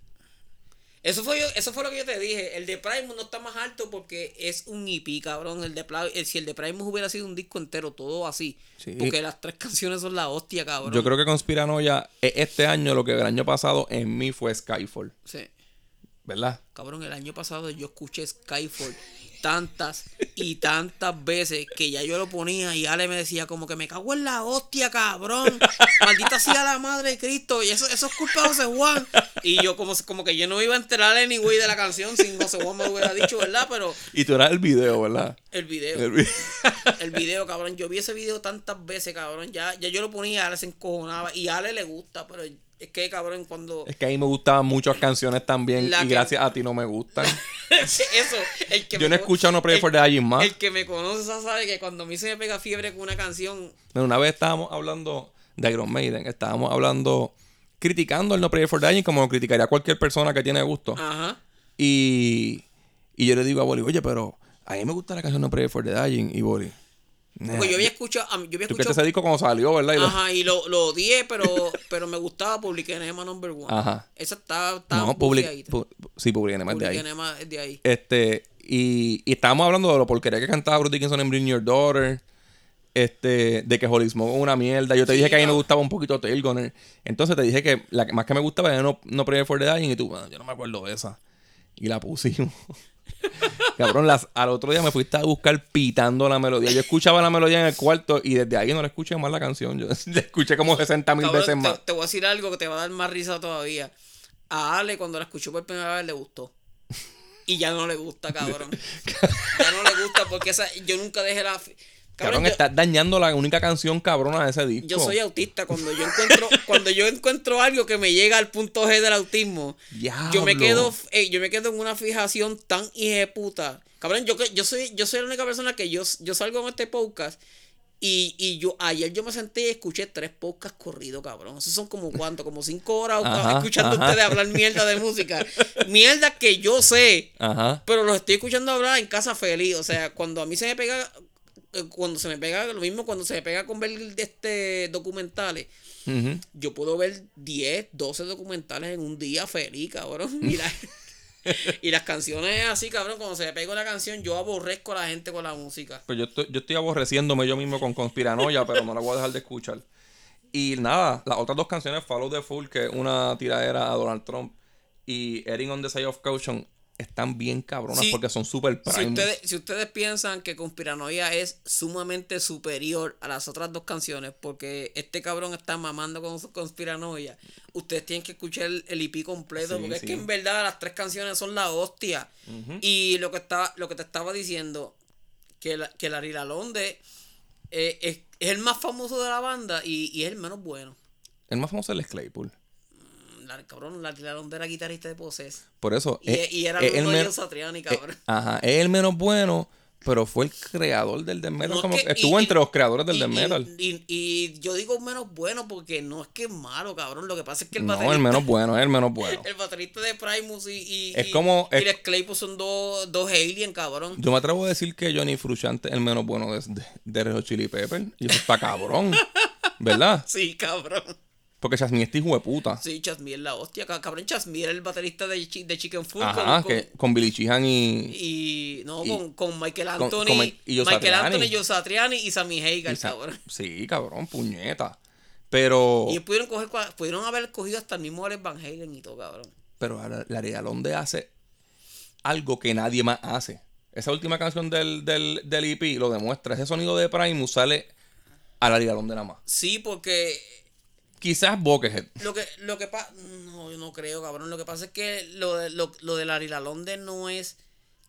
S3: Eso fue, yo- eso fue lo que yo te dije. El de Primus no está más alto porque es un hippie, cabrón. El de Pla- el- si el de Primus hubiera sido un disco entero, todo así.
S2: Sí.
S3: Porque las tres canciones son la hostia, cabrón.
S2: Yo creo que Conspiranoia eh, este año, lo que el año pasado en mí fue Skyfall,
S3: Sí.
S2: ¿verdad?
S3: Cabrón, el año pasado yo escuché Skyfall tantas y tantas veces que ya yo lo ponía y Ale me decía como que me cago en la hostia, cabrón. Maldita sea la madre de Cristo. Y eso, eso es culpa de José Juan. Y yo como, como que yo no me iba a enterar ni güey de la canción sin José Juan me lo hubiera dicho, ¿verdad? Pero
S2: Y tú eras el video, ¿verdad?
S3: el video.
S2: El vi-
S3: El video, cabrón. Yo vi ese video tantas veces, cabrón. Ya, ya yo lo ponía, Ale se encojonaba. Y a Ale le gusta, pero es que, cabrón, cuando.
S2: es que a mí me gustaban muchas canciones también
S3: La
S2: y
S3: que-
S2: gracias a ti no me gustan.
S3: Eso, el que
S2: Yo no he
S3: cono-
S2: escuchado No Pray
S3: el-
S2: for Dying más.
S3: El que me conoce ya sabe que cuando a mí se me pega fiebre con una canción.
S2: Bueno, Una vez estábamos hablando de Iron Maiden, estábamos hablando, criticando el No Prayer for Dying como criticaría a cualquier persona que tiene gusto.
S3: Ajá.
S2: Y, y yo le digo a Boli, oye, pero a mí me gusta la canción No Prayer for Dying. Y Boli, nah,
S3: Porque yo había escuchado. a mí- Yo había
S2: tú que te
S3: escuchado.
S2: ese disco cuando salió, ¿verdad? Y lo-
S3: Ajá, y lo, lo odié, pero, pero me gustaba Public Enema Number One.
S2: Ajá.
S3: Esa estaba. estaba
S2: no, Public,
S3: bufiadita.
S2: pu- sí, Public Enemy es de
S3: Public
S2: ahí.
S3: Enema es de ahí.
S2: Este, y, y estábamos hablando de lo porquería que cantaba Bruce Dickinson en Bring Your Daughter. Este, de que Holy Smoke es una mierda. Yo te
S3: Sí,
S2: dije que a mí me
S3: no.
S2: gustaba un poquito Tail Gunner. Entonces te dije que la que más que me gustaba era No, no Prayer for the Dying. Y tú, "Bueno, yo no me acuerdo de esa. Y la pusimos. Cabrón, las, al otro día me fuiste a buscar pitando la melodía. Yo escuchaba la melodía en el cuarto y desde ahí no la escuché más la canción. Yo la escuché como 60 mil
S3: Cabrón,
S2: veces
S3: te-
S2: más.
S3: Te, voy a decir algo que te va a dar más risa todavía. A Ale, cuando la escuchó por primera vez, le gustó. Y ya no le gusta, cabrón. ya no le gusta porque esa, yo nunca dejé la. fi-
S2: Cabrón,
S3: yo-
S2: estás dañando la única canción cabrona de ese disco.
S3: Yo soy autista. Cuando yo encuentro, cuando yo encuentro algo que me llega al punto G del autismo, yo me
S2: Diablo.
S3: quedo, eh, yo me quedo en una fijación tan puta. Cabrón, yo que- yo soy, yo soy la única persona que yo, yo salgo en este podcast. Y, y yo ayer yo me senté y escuché tres podcasts corridos, cabrón. Eso son como cuánto, como cinco horas
S2: Ajá,
S3: escuchando
S2: ajá.
S3: a ustedes hablar mierda de música. Mierda que yo sé
S2: Ajá.
S3: pero los estoy escuchando hablar en casa feliz. O sea, cuando a mí se me pega, eh, cuando se me pega, lo mismo cuando se me pega con ver este documentales.
S2: Ujú.
S3: Yo puedo ver 10, 12 documentales en un día feliz, cabrón. Y, la- y las canciones así, cabrón. Cuando se me pega una canción, yo aborrezco a la gente con la música.
S2: Pues yo estoy, yo estoy aborreciéndome yo mismo con conspiranoia, pero no la voy a dejar de escuchar. Y nada, las otras dos canciones, Follow the Fool, que es una tiradera a Donald Trump, y Erin on the Side of Caution, están bien cabronas
S3: Sí.
S2: porque son super
S3: Si
S2: prime.
S3: ustedes, si ustedes piensan que Conspiranoia es sumamente superior a las otras dos canciones, porque este cabrón está mamando con su Conspiranoia, ustedes tienen que escuchar el, el EP completo,
S2: Sí,
S3: porque es
S2: sí.
S3: que en verdad las tres canciones son la hostia. Y lo que, está, lo que te estaba diciendo, que, la, que Larry Lalonde eh, es, es el más famoso de la banda y, y es el menos bueno.
S2: El más famoso es el Claypool.
S3: La, cabrón, Larry Lalonde era guitarrista de Poses.
S2: Por eso.
S3: Y, e-,
S2: es-
S3: y era
S2: es
S3: el
S2: Eh, men-
S3: menos Satriani, cabrón.
S2: eh, Ajá, es el menos bueno, pero fue el creador del death metal.
S3: No es
S2: como
S3: que-
S2: que estuvo
S3: y-
S2: entre los creadores del
S3: y-
S2: death
S3: y-
S2: metal.
S3: Y, y yo digo menos bueno porque no es que es malo, cabrón. Lo que pasa es que el
S2: no,
S3: baterista,
S2: el
S3: el,
S2: menos bueno, es el menos bueno.
S3: baterista de Primus y, y,
S2: Es
S3: y-
S2: como-
S3: y
S2: es-
S3: Les Claypool son dos, dos alien, cabrón.
S2: Yo me atrevo a decir que Johnny Frusciante es el menos bueno de, de, de Red Hot Chili Pepper. Y eso está cabrón. ¿Verdad?
S3: Sí, cabrón.
S2: Porque Chasmin este hijo de puta.
S3: Sí, Chasmier la hostia, ca- cabrón. Chasmier el baterista de, Chi- de Chicken Food
S2: Ajá,
S3: con, con-
S2: que con Billy Sheehan y,
S3: y no,
S2: y-
S3: con, con Michael
S2: con-
S3: Anthony,
S2: con Mi- y Joe
S3: Michael
S2: Satriani.
S3: Anthony, Joe Satriani y Sammy Hagar,
S2: y Sa-
S3: cabrón.
S2: Sí, cabrón, puñeta. Pero.
S3: Y ellos pudieron coger, cua- pudieron haber cogido hasta el mismo Alex Van Halen y todo, cabrón.
S2: Pero la la Lea Londe hace algo que nadie más hace. Esa última canción del, del, del EP lo demuestra. Ese sonido de Primus sale a la Lea Londe nada más.
S3: Sí, porque
S2: Quizás Buckethead.
S3: Lo que, lo que pasa. No, yo no creo, cabrón. Lo que pasa es que lo de, lo, lo de Larry Lalonde no es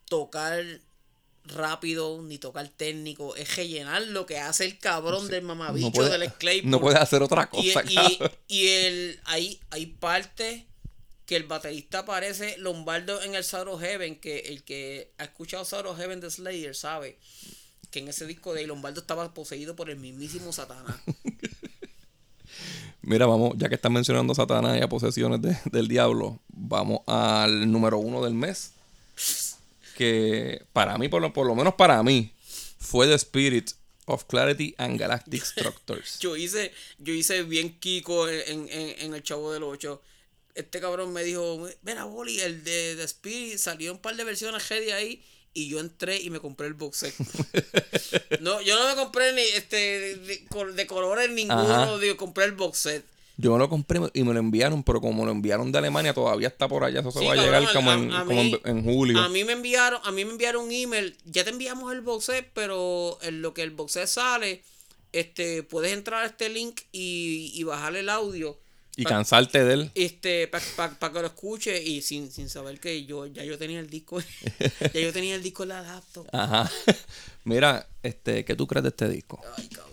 S3: tocar rápido ni tocar técnico. Es rellenar lo que hace el cabrón del mamabicho
S2: No puede,
S3: del Claypool.
S2: no puede hacer otra
S3: y,
S2: cosa.
S3: y-
S2: cabrón.
S3: y el, hay, hay partes que el baterista parece Lombardo en el Sorrow Heaven. Que el que ha escuchado Sorrow Heaven de Slayer sabe que en ese disco de ahí Lombardo estaba poseído por el mismísimo Satanás.
S2: Mira, vamos, ya que están mencionando a Satanás y a posesiones de- del diablo, vamos al número uno del mes. Que para mí, por lo, por lo menos para mí, fue The Spirit of Clarity and Galactic Structures.
S3: Yo hice, yo hice bien Kiko en, en- en- en el Chavo del Ocho. este cabrón me dijo, mira, Boli, el de, de Spirit salió un par de versiones heavy ahí. Y yo entré y me compré el box set. no, yo no me compré ni este de, col- de colores ninguno.
S2: Ajá.
S3: Digo, compré el box set.
S2: Yo lo compré y me lo enviaron, pero como lo enviaron de Alemania, todavía está por allá. Eso se
S3: Sí,
S2: va a
S3: cabrón,
S2: llegar como, en,
S3: a- a
S2: como en-
S3: mí-
S2: en julio.
S3: A mí me enviaron, a mí me enviaron un email, ya te enviamos el box set, pero en lo que el box set sale, este, puedes entrar a este link y, y bajar el audio.
S2: y
S3: pa-
S2: cansarte de él.
S3: este, para que lo escuche y sin, sin saber que yo ya yo tenía el disco, ya yo tenía el disco en la laptop.
S2: Ajá. Mira, este, ¿qué tú crees de este disco?
S3: Ay, cabrón.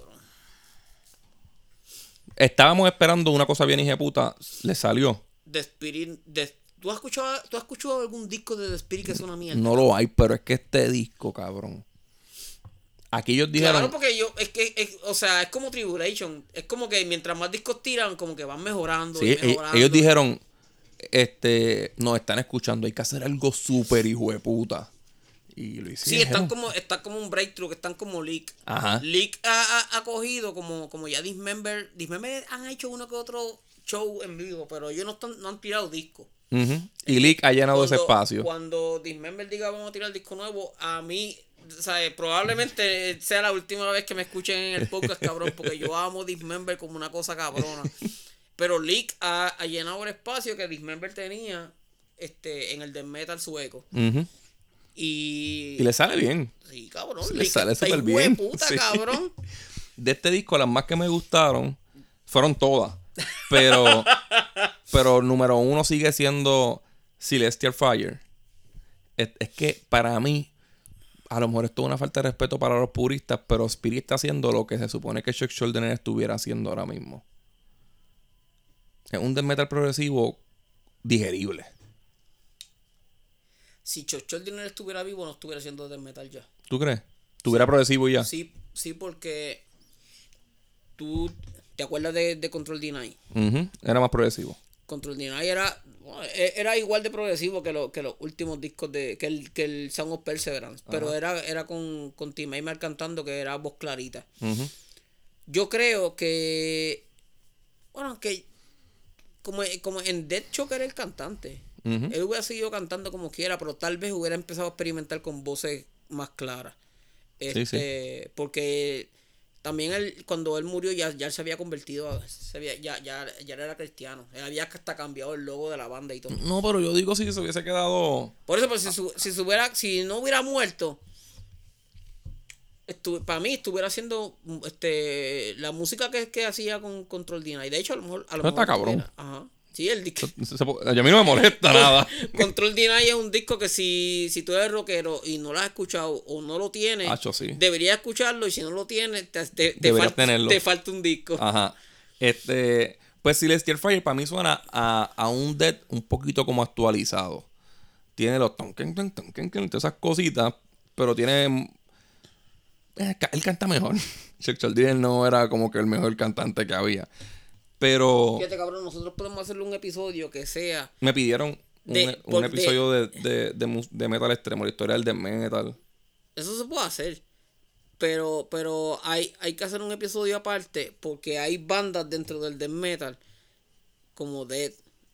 S2: Estábamos esperando una cosa bien hija puta, le salió.
S3: The Spirit, The- ¿tú, has escuchado, ¿Tú has escuchado algún disco de The Spirit que es una mierda?
S2: No lo hay, pero es que este disco, cabrón. Aquí ellos dijeron,
S3: Claro, porque yo, es que, es- o sea, es como Tribulation. Es como que mientras más discos tiran, como que van mejorando.
S2: Sí,
S3: y
S2: e-
S3: mejorando.
S2: ellos dijeron, este, nos están escuchando, hay que hacer algo súper hijo de puta. Y lo
S3: Sí,
S2: hicieron.
S3: están como, están como un breakthrough, que están como leak.
S2: Ajá.
S3: Leak ha, ha- ha cogido como, como ya Dismember. Dismember han hecho uno que otro show en vivo, pero ellos no, están, no han tirado disco.
S2: Ujú. Y Lick ha llenado ese espacio.
S3: Cuando Dismember diga vamos a tirar disco nuevo, a mí, ¿sabes? probablemente sea la última vez que me escuchen en el podcast, cabrón, porque yo amo Dismember como una cosa cabrona. Pero Leak ha, ha llenado el espacio que Dismember tenía este, en el death metal sueco.
S2: Ujú.
S3: Y,
S2: Y le sale bien.
S3: Sí, cabrón.
S2: Le sale
S3: está
S2: súper
S3: hijo de
S2: bien.
S3: puta,
S2: Sí.
S3: cabrón.
S2: De este disco, las más que me gustaron fueron todas. Pero, pero número uno sigue siendo Celestial Fire. Es, es que para mí, a lo mejor esto es una falta de respeto para los puristas, pero Spirit está haciendo lo que se supone que Chuck Schuldiner estuviera haciendo ahora mismo. Es un death metal progresivo digerible.
S3: Si Chocho el dinero estuviera vivo, no estuviera haciendo death metal ya.
S2: ¿Tú crees? Tuviera progresivo y ya.
S3: Sí, sí, porque tú te acuerdas de, de Control Deny.
S2: Ujú, Era más progresivo.
S3: Control Deny era, eh, era igual de progresivo que, lo- que los últimos discos de que el, que el Sound of Perseverance. Pero era, era con, con Tim Aymar cantando que era voz clarita.
S2: Ujú.
S3: Yo creo que. Bueno, que. Como, como en Dead Shock era el cantante.
S2: Ujú.
S3: Él hubiera seguido cantando como quiera, pero tal vez hubiera empezado a experimentar con voces más claras.
S2: Sí, sí.
S3: Este, Porque también él, cuando él murió, ya, ya él se había convertido, a- se había- ya, ya, ya él era cristiano. Él había hasta cambiado el logo de la banda y todo.
S2: No, pero yo digo si se hubiese quedado.
S3: Por eso, pues,
S2: Ah.
S3: si, su- si, se hubiera- si no hubiera muerto, estu- para mí estuviera haciendo mm, este, la música que, que hacía con Control Dina. Y de hecho, a lo mejor. A lo
S2: Eso está
S3: mejor
S2: cabrón.
S3: estuviera. Ajá. Sí, el disco.
S2: se- se- a mí no me molesta nada.
S3: Control Deny es un disco que si, si tú eres rockero y no lo has escuchado o no lo tienes,
S2: Hacho, sí.
S3: deberías escucharlo y si no lo tienes, te, te- te
S2: Deberías
S3: falta,
S2: tenerlo. Ah,
S3: te falta un disco.
S2: Ajá. Este, pues Celestial Fire para mí suena a, a un Dead un poquito como actualizado. Tiene los ton, ken, ton, ton, ken, ken, todas esas cositas, pero tiene... eh, ca- él canta mejor. Chuck Schuldiner no era como que el mejor cantante que había. Pero
S3: Fíjate, cabrón, nosotros podemos hacerle un episodio que sea
S2: me pidieron un, e,
S3: De-
S2: un
S3: por- de-
S2: episodio de, de- de mus- de metal extremo, la historia del death metal.
S3: Eso se puede hacer. Pero, pero hay, hay que hacer un episodio aparte porque hay bandas dentro del death metal como Dead,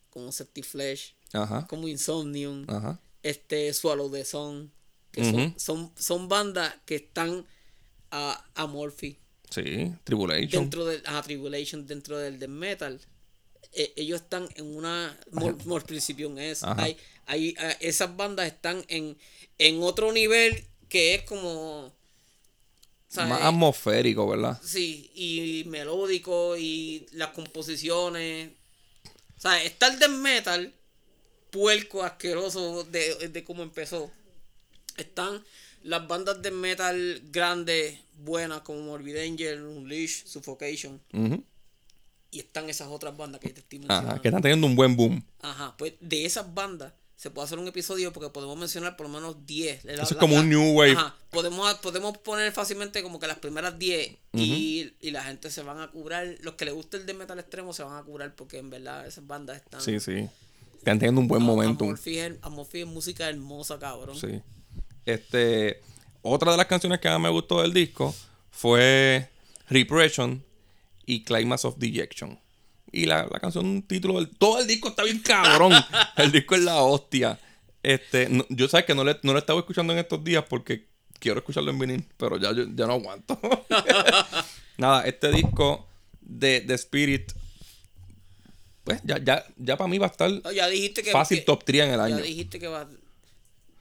S3: como Septic Flesh,
S2: Ajá.
S3: como Insomnium,
S2: Ajá.
S3: este Swallow the Sun, que son,
S2: Ah. Ujú.
S3: son, son bandas que están a, a Morphy
S2: Sí, Tribulation.
S3: dentro del a Tribulation dentro del death metal eh, ellos están en una Mor- Mor Principium es
S2: Ajá.
S3: hay, hay eh, esas bandas están en en otro nivel que es como ¿sabes?
S2: Más atmosférico, ¿verdad?
S3: sí y melódico y las composiciones o sea está el death metal puerco asqueroso de, de cómo empezó están las bandas de metal grandes buenas como Morbid Angel Unleash Suffocation
S2: Ujú.
S3: y están esas otras bandas que te estoy mencionando.
S2: Ajá, que
S3: Ajá,
S2: están teniendo un buen boom.
S3: pues de esas bandas se puede hacer un episodio porque podemos mencionar por lo menos 10. La-
S2: Eso es
S3: la-
S2: como
S3: la-
S2: un new wave.
S3: Ajá, podemos, podemos poner fácilmente como que las primeras 10 y, y la gente se van a curar. Los que les gusta el de metal extremo se van a curar porque en verdad esas bandas están.
S2: Sí, sí. Están teniendo un buen
S3: momento.
S2: momentum.
S3: Amorphis es- Amorphis es música hermosa, cabrón.
S2: Sí. Este, otra de las canciones que más me gustó del disco fue Repression y Climax of Dejection. Y la, la canción, un título del. Todo el disco está bien cabrón. el disco es la hostia. Este, no- yo sabes que no, le, no lo estaba escuchando en estos días porque quiero escucharlo en vinil, pero ya, yo- ya no aguanto. Nada, este disco de, de Spirit, pues ya, ya, ya para mí va a estar
S3: No, ya dijiste que.
S2: fácil
S3: que-
S2: top 3 en el
S3: Ya
S2: año.
S3: dijiste que va.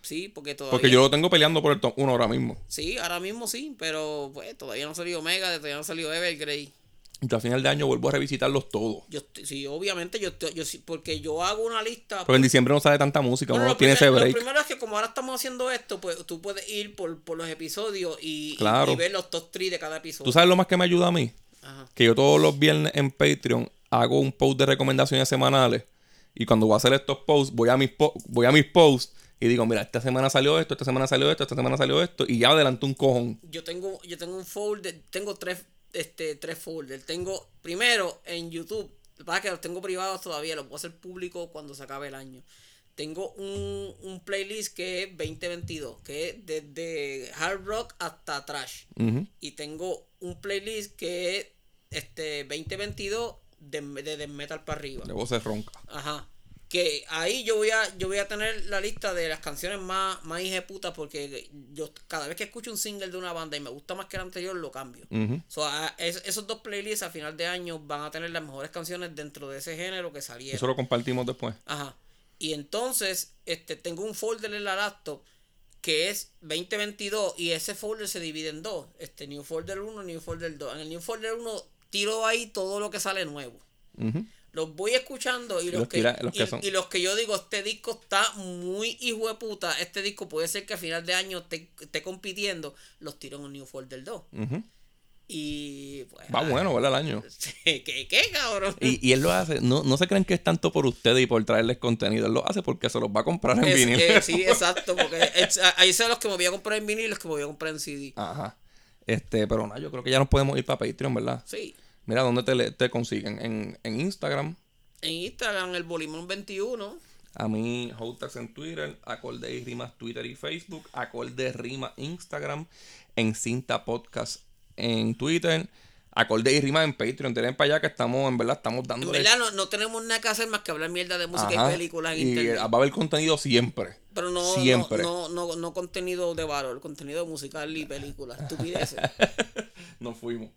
S3: Sí, porque todavía.
S2: Porque yo lo tengo peleando por el top 1 ahora mismo.
S3: Sí, ahora mismo sí, pero pues todavía no ha salido Mega, todavía no ha salido Evergrey.
S2: Yo a final de año vuelvo a revisitarlos todos.
S3: Yo, estoy- sí, obviamente, yo, estoy- yo sí- porque yo hago una lista.
S2: Pero en diciembre no sale tanta música,
S3: Bueno,
S2: uno
S3: lo,
S2: no tiene
S3: primer-
S2: ese
S3: lo
S2: break.
S3: primero es que como ahora estamos haciendo esto, pues tú puedes ir por, por los episodios y, y-
S2: Claro.
S3: y ver los top 3 de cada episodio.
S2: ¿Tú sabes lo más que me ayuda a mí?
S3: Ajá.
S2: Que yo todos los viernes en Patreon hago un post de recomendaciones semanales. Y cuando voy a hacer estos posts, voy a mis, po- voy a mis posts y digo, mira, esta semana salió esto, esta semana salió esto, esta semana salió esto. Y ya adelanto un cojón.
S3: Yo tengo, yo tengo un folder, tengo tres, este, tres folders. Tengo, primero, en YouTube, lo que pasa es que los tengo privados todavía, los puedo hacer público cuando se acabe el año. Tengo un, un playlist que es 2022, que es desde hard rock hasta trash.
S2: Ujú.
S3: Y tengo un playlist que es este 2022 de, de, death metal para arriba.
S2: La voz se ronca.
S3: Ajá. Que ahí yo voy a, yo voy a tener la lista de las canciones más, más puta porque yo cada vez que escucho un single de una banda y me gusta más que el anterior, lo cambio.
S2: Ujú.
S3: So, a- es- esos dos playlists a final de año van a tener las mejores canciones dentro de ese género que salieron.
S2: Eso lo compartimos después.
S3: Ajá. Y entonces, este, tengo un folder en la laptop que es 2022 y ese folder se divide en dos. Este, New Folder 1, New Folder 2. En el New Folder 1 tiro ahí todo lo que sale nuevo.
S2: Ujú.
S3: Los voy escuchando y los,
S2: los
S3: que,
S2: tira- los
S3: y-
S2: que son.
S3: y los que yo digo, este disco está muy hijo de puta. Este disco puede ser que a final de año esté, esté compitiendo. Los tiro en el New Folder 2.
S2: Ujú.
S3: Y pues...
S2: Va
S3: ah,
S2: bueno, ¿verdad? El año.
S3: ¿Qué, qué, cabrón?
S2: Y, y él lo hace, no, no se crean que es tanto por ustedes y por traerles contenido, él lo hace porque se los va a comprar en
S3: Es-
S2: vinil.
S3: eh, sí, exacto. Porque es- ahí son los que me voy a comprar en vinil y los que me voy a comprar en CD.
S2: Ajá. Este, pero nada, yo creo que ya nos podemos ir para Patreon, ¿verdad?
S3: Sí.
S2: Mira, ¿dónde te, le- te consiguen? En, en Instagram,
S3: En Instagram, el Bolimón 21.
S2: a mí, Hotax en Twitter, Acorde y Rimas Twitter y Facebook, Acorde Rima Instagram, en Cinta Podcast en Twitter, Acorde y Rimas en Patreon. Tienen para allá que estamos, en verdad, estamos
S3: En
S2: dándole...
S3: verdad, no, no tenemos nada que hacer más que hablar mierda de música
S2: Ajá.
S3: y películas en
S2: Y, eh,
S3: internet.
S2: va a haber contenido siempre.
S3: Pero no,
S2: siempre.
S3: no, no, no, no contenido de valor, contenido musical y películas. Estupideces.
S2: Nos fuimos.